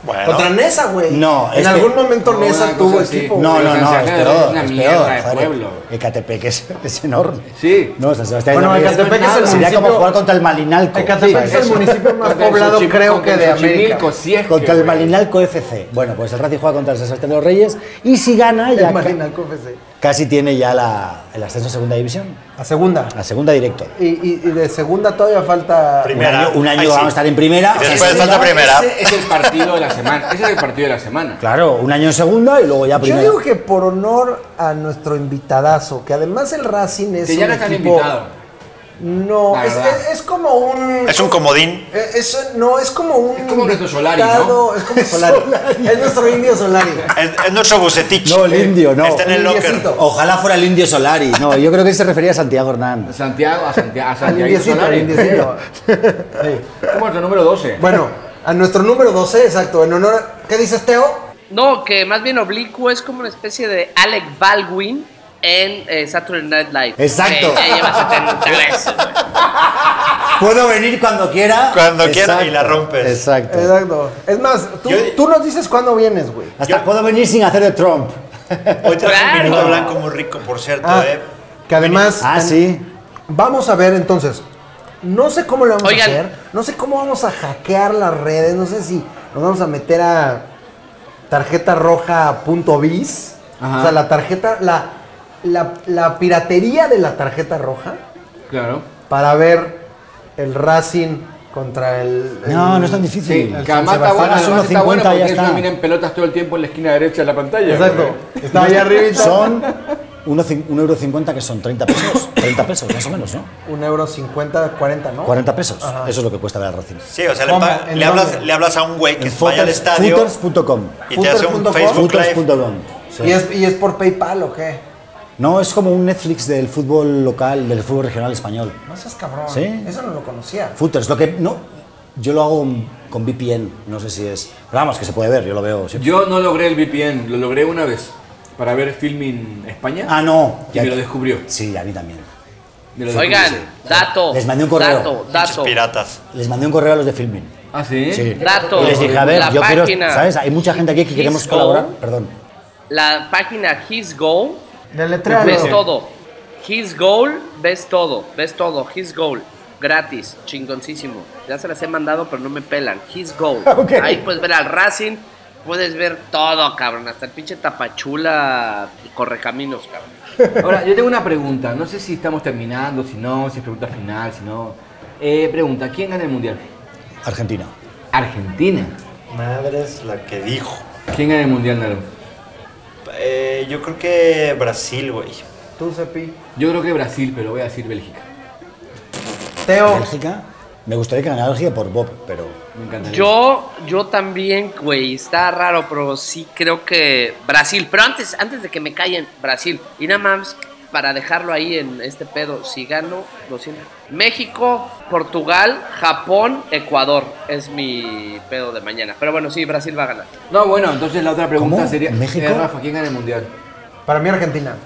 E: Bueno.
A: Contra Nesa, güey.
D: No,
A: En
D: este-
A: algún momento
C: No,
A: Nesa
C: una
A: tuvo
C: cosa así.
A: equipo.
D: No,
A: güey.
D: no,
C: San
D: no, es
C: Sebastián de los Reyes
D: peor.
C: es una
D: es
C: mierda
D: peor,
C: de
D: joder.
C: pueblo.
D: Ecatepec es, es enorme.
C: Sí.
D: No, San Sebastián
A: Bueno,
D: de los Reyes.
A: Ecatepec es el
D: Sería como
A: municipio-
D: jugar contra el Malinalco.
A: Ecatepec es el municipio
C: (laughs)
A: más
C: Contra el
A: poblado,
C: Xochimilco,
A: creo
C: contra
A: que,
C: el
A: de América.
C: Xochimilco, si es que,
D: Contra el
C: güey.
D: Malinalco FC. Bueno, pues el Racing juega contra el San Sebastián de los Reyes y si gana ya
A: El
D: ca-
A: Marinalco FC.
D: casi tiene ya la- el ascenso a segunda división,
A: A segunda.
D: a segunda directo.
A: Y, y- y de segunda todavía falta.
D: Un
E: Primera.
D: año, un año
E: Ay, sí.
D: vamos a estar en primera.
E: Y
D: o sea,
E: después
D: sí,
E: falta
D: ¿no?
E: primera.
C: Ese es el partido de la semana. Ese es el partido de la semana.
D: Claro, un año en segunda y luego ya
A: Yo
D: primera.
A: digo que por honor a nuestro invitadazo, que además el Racing es.
C: Que ya
A: un
C: no están
A: equipo-
C: invitados.
A: No,
C: La
A: es,
C: verdad.
A: es- es como un.
E: Es un comodín.
A: Eh, eso no, es como un.
C: Es como nuestro Solari, ¿no?
A: invitado, Es
C: (laughs)
A: como Solari. es nuestro indio Solari.
E: Es, es nuestro bucetich.
D: No, el indio, no.
E: Está en el locker.
A: Indiecito.
D: Ojalá fuera el indio Solari. No, yo creo que se refería a Santiago Hernández.
C: Santiago, a Santiago, a
A: Al
C: Santiago
A: indiecito, al
C: Solari. (laughs)
A: indiecito. Sí.
C: ¿Cómo es el número 12?
A: Bueno, a nuestro número 12, exacto. En honor. a- ¿Qué dices, Teo?
B: No, que más bien oblicuo es como una especie de Alec Baldwin en eh, Saturday Night Live.
D: Exacto.
B: Que Ya lleva 70
D: (laughs)
B: veces, güey.
D: (laughs) Puedo venir cuando quiera.
E: Cuando quiera y la rompes.
D: Exacto.
A: Exacto. Es más, tú,
E: Yo-
A: tú nos dices cuándo vienes, güey.
D: Hasta puedo venir sin hacer de Trump.
E: Hoy traje
B: Claro.
E: un vinito blanco muy rico, por cierto,
A: Ah,
E: ¿eh?
A: que además.
D: Ah,
A: en-
D: sí.
A: Vamos a ver entonces. No sé cómo lo vamos
B: Oigan.
A: a hacer. No sé cómo vamos a hackear las redes. No sé si nos vamos a meter a tarjeta roja punto bis.
C: Ajá.
A: O sea, la tarjeta, la la, la piratería de la tarjeta roja
C: Claro.
A: para ver el Racing contra el. el-
D: No, no es tan difícil.
C: Sí,
A: el
C: que
A: San
C: además está bueno,
D: Sebastián es
C: además está bueno
D: 1.50
C: porque
D: ya
C: ellos
D: está.
C: no miran pelotas todo el tiempo en la esquina derecha de la pantalla.
A: Exacto.
C: güey.
A: Está ahí arriba.
D: (laughs) Son 1,50 que son 30 pesos. 30 pesos, más o menos, ¿no?
A: Un euro cincuenta, 40, ¿no?
D: 40 pesos.
A: Ajá.
D: Eso es lo que cuesta ver al Racing.
E: Sí, o sea, le,
A: ¿Cómo?
E: pa-
A: ¿En
E: le hablas,
A: dónde?
E: le hablas a un güey que
D: En
E: vaya al
D: footers-
E: estadio
D: footers.com.
E: y te hace un
A: footers.com.
E: Facebook Live.
D: Footers.com. Sí.
A: ¿Y, es, ¿Y es por PayPal o qué?
D: No, es como un Netflix del fútbol local, del fútbol regional español.
A: No seas cabrón.
D: Sí.
A: Eso no lo conocía.
D: Footers, lo que no. Yo lo hago con- con VPN, no sé si es. Pero vamos, que se puede ver, yo lo veo. siempre.
C: Yo no logré el VPN, lo logré una vez para ver Filming España.
D: Ah, no.
C: Y me lo descubrió.
D: Sí, a mí también.
C: Me lo descubrió,
B: Oigan, dato.
D: Les mandé un correo.
B: Dato,
E: Pinches
B: dato.
E: piratas.
D: Les mandé un correo a los de Filmin.
C: sí. Ah, sí.
D: Sí.
B: Dato.
D: Y les dije, a ver,
B: La
D: yo quiero.
B: página.
D: ¿Sabes? Hay mucha gente aquí que queremos
B: Disco.
D: colaborar. Perdón.
B: La página His Goal, ves
A: Deletréalo.
B: todo. His Goal, ves todo. Ves todo. His Goal. Gratis, chingoncísimo. Ya se las he mandado, pero no me pelan. His Goal.
D: Ok.
B: Ahí puedes ver al Racing, puedes ver todo, cabrón. Hasta el pinche tapachula y correcaminos, cabrón.
C: Ahora, yo tengo una pregunta. No sé si estamos terminando, si no, si es pregunta final, si no. Eh, pregunta, ¿quién gana el mundial?
D: Argentina.
C: Argentina.
E: Madre es la que dijo.
C: ¿Quién gana el mundial, Nalo?
E: Eh, yo creo que Brasil, güey.
A: Tú, Cepi.
C: Yo creo que Brasil, pero voy a decir Bélgica.
A: Teo.
D: Bélgica. Me gustaría que ganara Bélgica por Bob, pero.
C: Me encantaría.
B: Yo, yo también, güey, está raro, pero sí creo que Brasil. Pero antes, antes de que me callen, Brasil. Y nada más para dejarlo ahí en este pedo, si gano, lo siento. México, Portugal, Japón, Ecuador. Es mi pedo de mañana. Pero bueno, sí, Brasil va a ganar.
C: No, bueno, entonces la otra pregunta
D: ¿Cómo?
C: sería.
D: ¿México?
C: eh, Rafa, ¿quién gana el mundial?
A: Para mí, Argentina.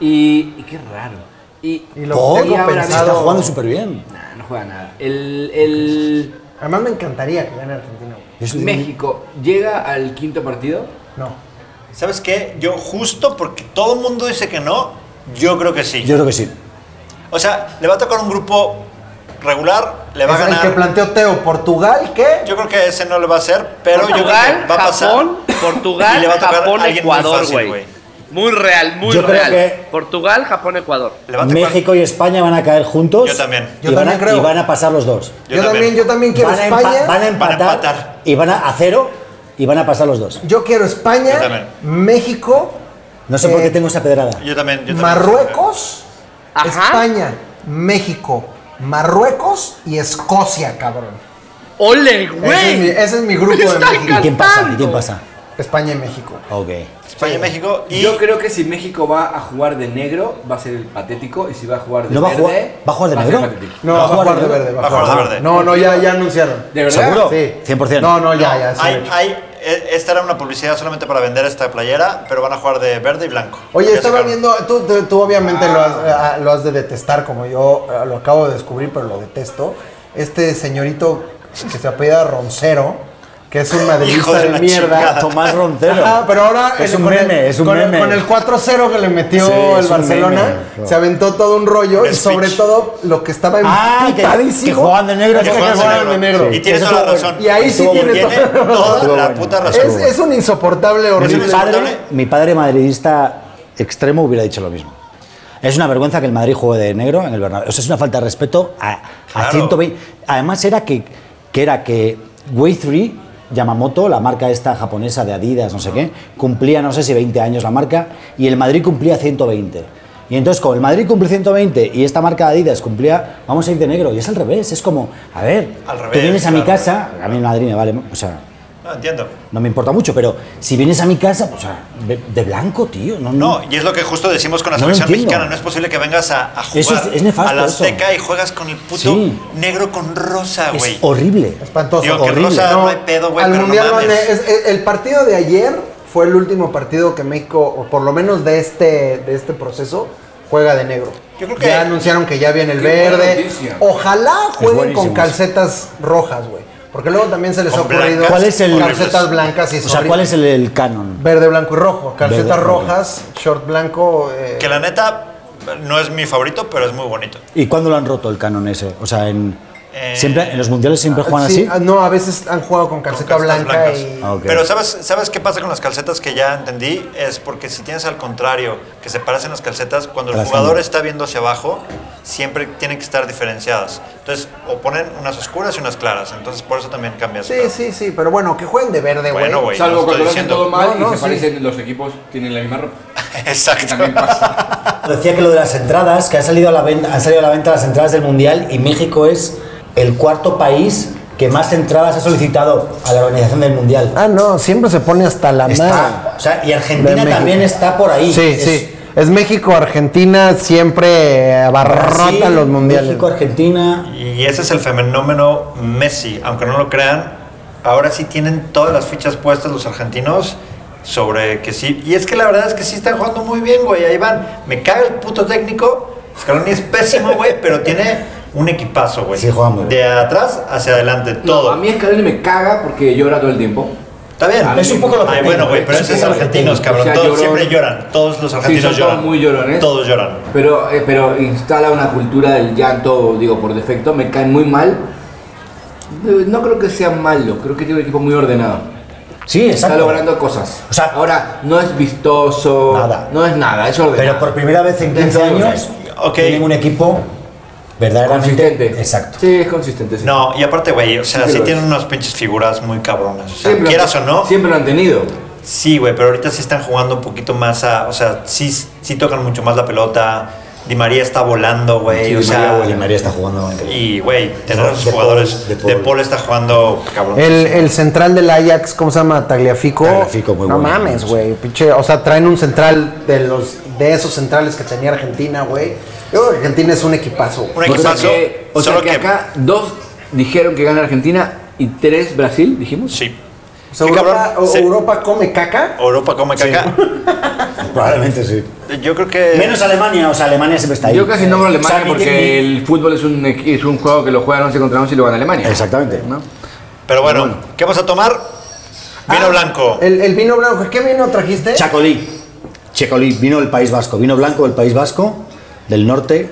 C: Y, y qué raro. Y,
A: Y lo
D: Bob
A: tengo
C: ahora
D: se está
A: pensado.
D: jugando súper bien.
C: nah, no juega nada. El, el
A: Además, me encantaría que gane Argentina. güey.
D: Es-
C: México llega al quinto partido.
A: No.
E: ¿Sabes qué? Yo justo porque todo el mundo dice que no, yo creo que sí.
D: Yo creo que sí.
E: O sea, le va a tocar un grupo regular, le va
A: es el
E: a
A: que
E: ganar.
A: planteó Teo. ¿Portugal qué?
E: Yo creo que ese no le va a hacer, pero yo creo
B: Portugal,
E: que va a pasar.
B: Japón,
E: Y
B: Portugal,
E: le va a tocar
B: Japón,
E: a alguien muy
B: Ecuador,
E: fácil,
B: güey.
E: güey.
B: Muy real, muy
D: Yo creo
B: real.
D: que-
B: Portugal, Japón, Ecuador.
E: Le va a tocar-
D: México y España van a caer juntos.
E: Yo también.
A: Yo
D: y van
A: también
D: a,
A: creo.
D: Y van a pasar los dos.
E: Yo
A: Yo, también,
E: también.
A: yo también quiero
D: van, a empa-
A: España.
D: van a
E: Van a
D: empatar.
E: empatar.
D: Y van a, a cero y van a pasar los dos.
A: Yo quiero
E: Yo
A: España,
E: también.
A: México,
D: No sé por
A: Eh,
D: qué tengo esa pedrada.
E: Yo también. yo también.
A: Marruecos,
B: Ajá.
A: España, México, Marruecos y Escocia, cabrón.
B: ¡Ole,
A: Ese es mi,
B: güey!
A: ese es mi grupo de
B: (laughs) Está
A: México.
D: ¿Y quién pasa? ¿Y quién
B: Cantando.
D: pasa?
A: España y México.
D: Ok.
E: España, México y
C: Yo creo que si México va a jugar de negro, va a ser el patético. Y si va a jugar de
D: ¿No va a
C: verde,
D: jugar, va a jugar de
C: ser
D: negro?
C: patético.
A: No, va a jugar de verde.
E: Va a jugar de verde.
A: No, no, ya, ya anunciaron.
C: ¿De verdad?
D: ¿Seguro?
A: Sí.
D: 100%.
A: No, no, ya, ya. sí.
E: hay, hay- eh, esta era una publicidad solamente para vender esta playera, pero van a jugar de verde y blanco.
A: Oye,
E: Ya
A: estaba
E: sacaron.
A: viendo, tú, tú- tú obviamente lo has, ah, lo has de detestar, como yo ah, lo acabo de descubrir, pero lo detesto. Este señorito que se apellida Roncero, que es un
E: Hijo
A: madridista
E: de
A: de,
E: la
A: mierda.
E: chingada.
D: Tomás Roncero.
A: Ajá, pero ahora
D: Es
A: el-
D: un
A: con el-
D: meme, es un
A: con el-
D: meme.
A: con el 4-0 que le metió
D: Sí, es
A: el
D: un
A: Barcelona,
D: meme.
A: se aventó todo un rollo
E: Un
A: y sobre
E: speech.
A: todo lo que estaba
D: Ah, que-
A: emputadísimo
D: que jugaban de negro,
A: es
E: Que
A: que
E: juegan de
A: jugaban de negro.
E: Y tienes
D: Eso
E: toda la
D: estuvo
E: razón.
D: bueno.
A: Y ahí sí
D: Estuvo
A: tiene
D: bueno.
A: toda la
E: toda
A: razón.
E: la
D: bueno.
E: puta razón.
A: Es, es un insoportable
E: un
A: horrible.
D: Mi padre,
E: insoportable.
D: mi padre madridista extremo hubiera dicho lo mismo. Es una vergüenza que el Madrid juegue de negro en el Bernabéu. O sea, es una falta de respeto a, a
E: Claro.
D: 120. Además era que, que era que Way 3 Yamamoto, la marca esta japonesa de Adidas, no sé qué, cumplía no sé si 20 años la marca y el Madrid cumplía 120. Y entonces como el Madrid cumple 120 y esta marca de Adidas cumplía, vamos a ir de negro y es al revés, es como, a ver,
E: Al
D: tú
E: revés,
D: vienes a mi
E: claro.
D: casa, a mí el Madrid me vale, o sea,
E: No, entiendo.
D: no me importa mucho, pero si vienes a mi casa, pues ah, de, de blanco, tío. No, no.
E: No, y es lo que justo decimos con la
D: No lo
E: selección
D: entiendo.
E: mexicana. No es posible que vengas a, a
D: Eso
E: jugar
D: es- es nefasto,
E: a la Azteca
D: eso.
E: y juegas con el puto
D: Sí.
E: negro con rosa,
D: es
E: güey.
D: horrible.
A: Espantoso.
E: Digo, que
D: horrible.
E: rosa no,
A: No,
E: hay pedo, güey,
A: al
E: pero
A: mundial
E: no
A: van
E: mames.
A: de- es- es- el partido de ayer fue el último partido que México, o por lo menos de este, de este proceso, juega de negro.
E: Yo creo que-
A: ya anunciaron que ya viene el
C: Qué buena
A: verde.
C: noticia.
A: Ojalá jueguen
D: buenísimo
A: con
D: eso.
A: calcetas rojas, güey. Porque luego también se les ha
E: Con
A: ocurrido
E: blancas.
D: ¿Cuál es el-
A: calcetas blancas y
D: O sea, ¿cuál es el, el canon?
A: verde, blanco y rojo. Calcetas
D: Verde, blanco.
A: rojas, short blanco. eh,
E: Que la neta no es mi favorito, pero es muy bonito.
D: ¿Y cuándo lo han roto el canon ese? O sea, en.
E: Eh,
D: Siempre, en los mundiales siempre juegan
A: Sí,
D: así.
A: ah, No, a veces han jugado con
E: con
A: calceta
E: calcetas
A: blanca
E: blancas.
A: y.
D: Ah, ok.
E: Pero ¿sabes, ¿sabes qué pasa con las calcetas que ya entendí? Es porque si tienes al contrario, que se parecen las calcetas, cuando el
D: Las
E: jugador
D: cambian.
E: está viendo hacia abajo, siempre tienen que estar diferenciadas. Entonces, o ponen unas oscuras y unas claras. Entonces, por eso también cambias.
A: Sí, sí, sí, pero bueno, que jueguen de verde, güey.
E: Bueno, güey.
C: Salvo
E: no
C: cuando
E: estoy
C: lo hacen
E: diciendo.
C: todo mal
A: No, no,
C: y se
A: sí.
C: parecen los equipos, tienen la misma ropa. Que
E: (laughs) Exacto.
D: (laughs)
C: también pasa.
D: Decía que lo de las entradas, que ha salido a la venta, han salido a la venta las entradas del Mundial y México es el cuarto país que más entradas ha solicitado a la organización del Mundial.
A: Ah, no, siempre se pone hasta la
D: Está, o sea, y
A: De
D: Argentina
A: México.
D: también está por ahí.
A: Sí,
D: Es
A: sí. Es México, Argentina, siempre
D: Brasil,
A: abarrota los mundiales.
D: México, Argentina.
E: Y ese es el fenómeno Messi, aunque no lo crean, ahora sí tienen todas las fichas puestas los argentinos sobre que sí. Y es que la verdad es que sí están jugando muy bien, güey. Ahí van. Me caga el puto técnico. Scaloni es pésimo, güey, pero tiene un equipazo, güey.
D: Sí, juega muy bien.
E: De atrás hacia adelante, todo.
C: A mí Scaloni me caga porque llora todo el tiempo.
E: Está bien.
C: a mí- Es un poco lo que
E: Ay,
D: tengo,
E: bueno, güey,
D: güey.
E: pero
D: Es un
E: esos
D: poco lo que
E: argentinos,
D: tengo.
E: cabrón.
C: O sea,
E: todos
C: llorón.
E: siempre lloran. Todos los argentinos
C: todos
E: lloran.
C: muy llorones.
E: Todos lloran.
C: Pero, eh, pero instala una cultura del llanto, digo, por defecto, me cae muy mal. Eh, No creo que sea malo, creo que tiene un equipo muy ordenado.
D: Sí,
C: Está
D: exacto.
C: logrando cosas.
D: O sea-
C: Ahora, no es vistoso,
D: Nada.
C: no es nada, es ordenado.
D: Pero por primera vez en 15
C: Desde
D: años
E: Ok.
D: tienen un equipo verdaderamente
C: consistente.
D: Exacto.
C: Sí, es consistente. sí.
E: No, y aparte, güey, o sea,
C: Sí,
E: sí
C: lo es.
E: tienen unas pinches figuras muy cabronas. O sea,
C: Siempre lo-
E: quieras o no,
C: Siempre lo han tenido.
E: Sí, güey, pero ahorita sí están jugando un poquito más a. O sea, sí, sí tocan mucho más la pelota. Di María está volando, güey.
C: Sí,
E: o
C: Di
E: sea.
D: Di María está jugando. increíble.
E: Y, güey, tener a los
D: De Paul,
E: jugadores.
D: De
E: de, Paul.
D: Paul.
E: está jugando, cabrón.
A: El, el central del Ajax, ¿cómo se llama? Tagliafico.
D: Tagliafico, muy
A: no
D: bueno.
A: mames, güey. Pinche, o sea, traen un central de los de esos centrales que tenía Argentina, güey. Yo creo que Argentina es un equipazo. güey.
E: un
C: O sea
E: equipazo.
C: que, o sea
E: solo
C: que
E: que.
C: acá dos dijeron que gana Argentina y tres Brasil, dijimos.
E: Sí.
A: O sea,
E: Sí,
A: Europa,
E: cabrón,
A: o-
E: se-
A: Europa come caca.
E: Europa come caca.
D: Probablemente sí.
E: Yo creo que.
D: Menos Alemania, o sea, Alemania siempre está ahí.
C: Yo casi nombro a Alemania
D: O sea, ni
C: porque
D: tiene ni-
C: el fútbol es un, equi- es un juego que lo juegan 11 contra 11 y lo gana Alemania.
D: Exactamente.
C: ¿No?
E: Pero bueno, ¿qué vamos a tomar? Vino
A: Ah,
E: blanco.
A: El, el vino blanco. ¿Qué vino trajiste?
D: Chacolí. Chacolí, vino del País Vasco. Vino blanco del País Vasco, del norte,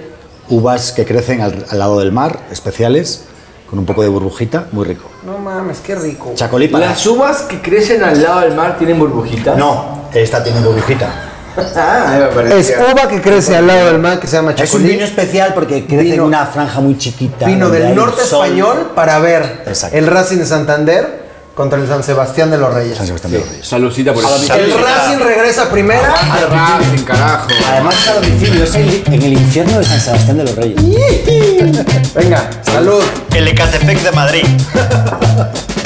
D: uvas que crecen al, al lado del mar, especiales, con un poco de burbujita, muy rico.
A: No mames, qué rico.
D: Chacolí para...
C: Las uvas que crecen al lado del mar tienen burbujitas.
D: No, esta tiene burbujita.
C: Ah, me parecía.
A: Es uva que crece al lado del mar que se llama
D: Es un
A: chacolí.
D: vino especial porque crece en
A: Vino-
D: una franja muy chiquita.
A: Vino
D: donde
A: del
D: hay
A: norte
D: sol.
A: español para ver
D: Exacto.
A: el Racing de Santander contra el San Sebastián de los Reyes.
D: San Sebastián de los Reyos.
C: Salucita por eso.
E: Salud.
A: El
E: Saludos.
A: Racing regresa a primera.
C: Aguante, Racing, carajo.
D: Además, está domicilio, es el- en el infierno de San Sebastián de los Reyes.
A: Venga, salud.
E: El Ecatepec de Madrid.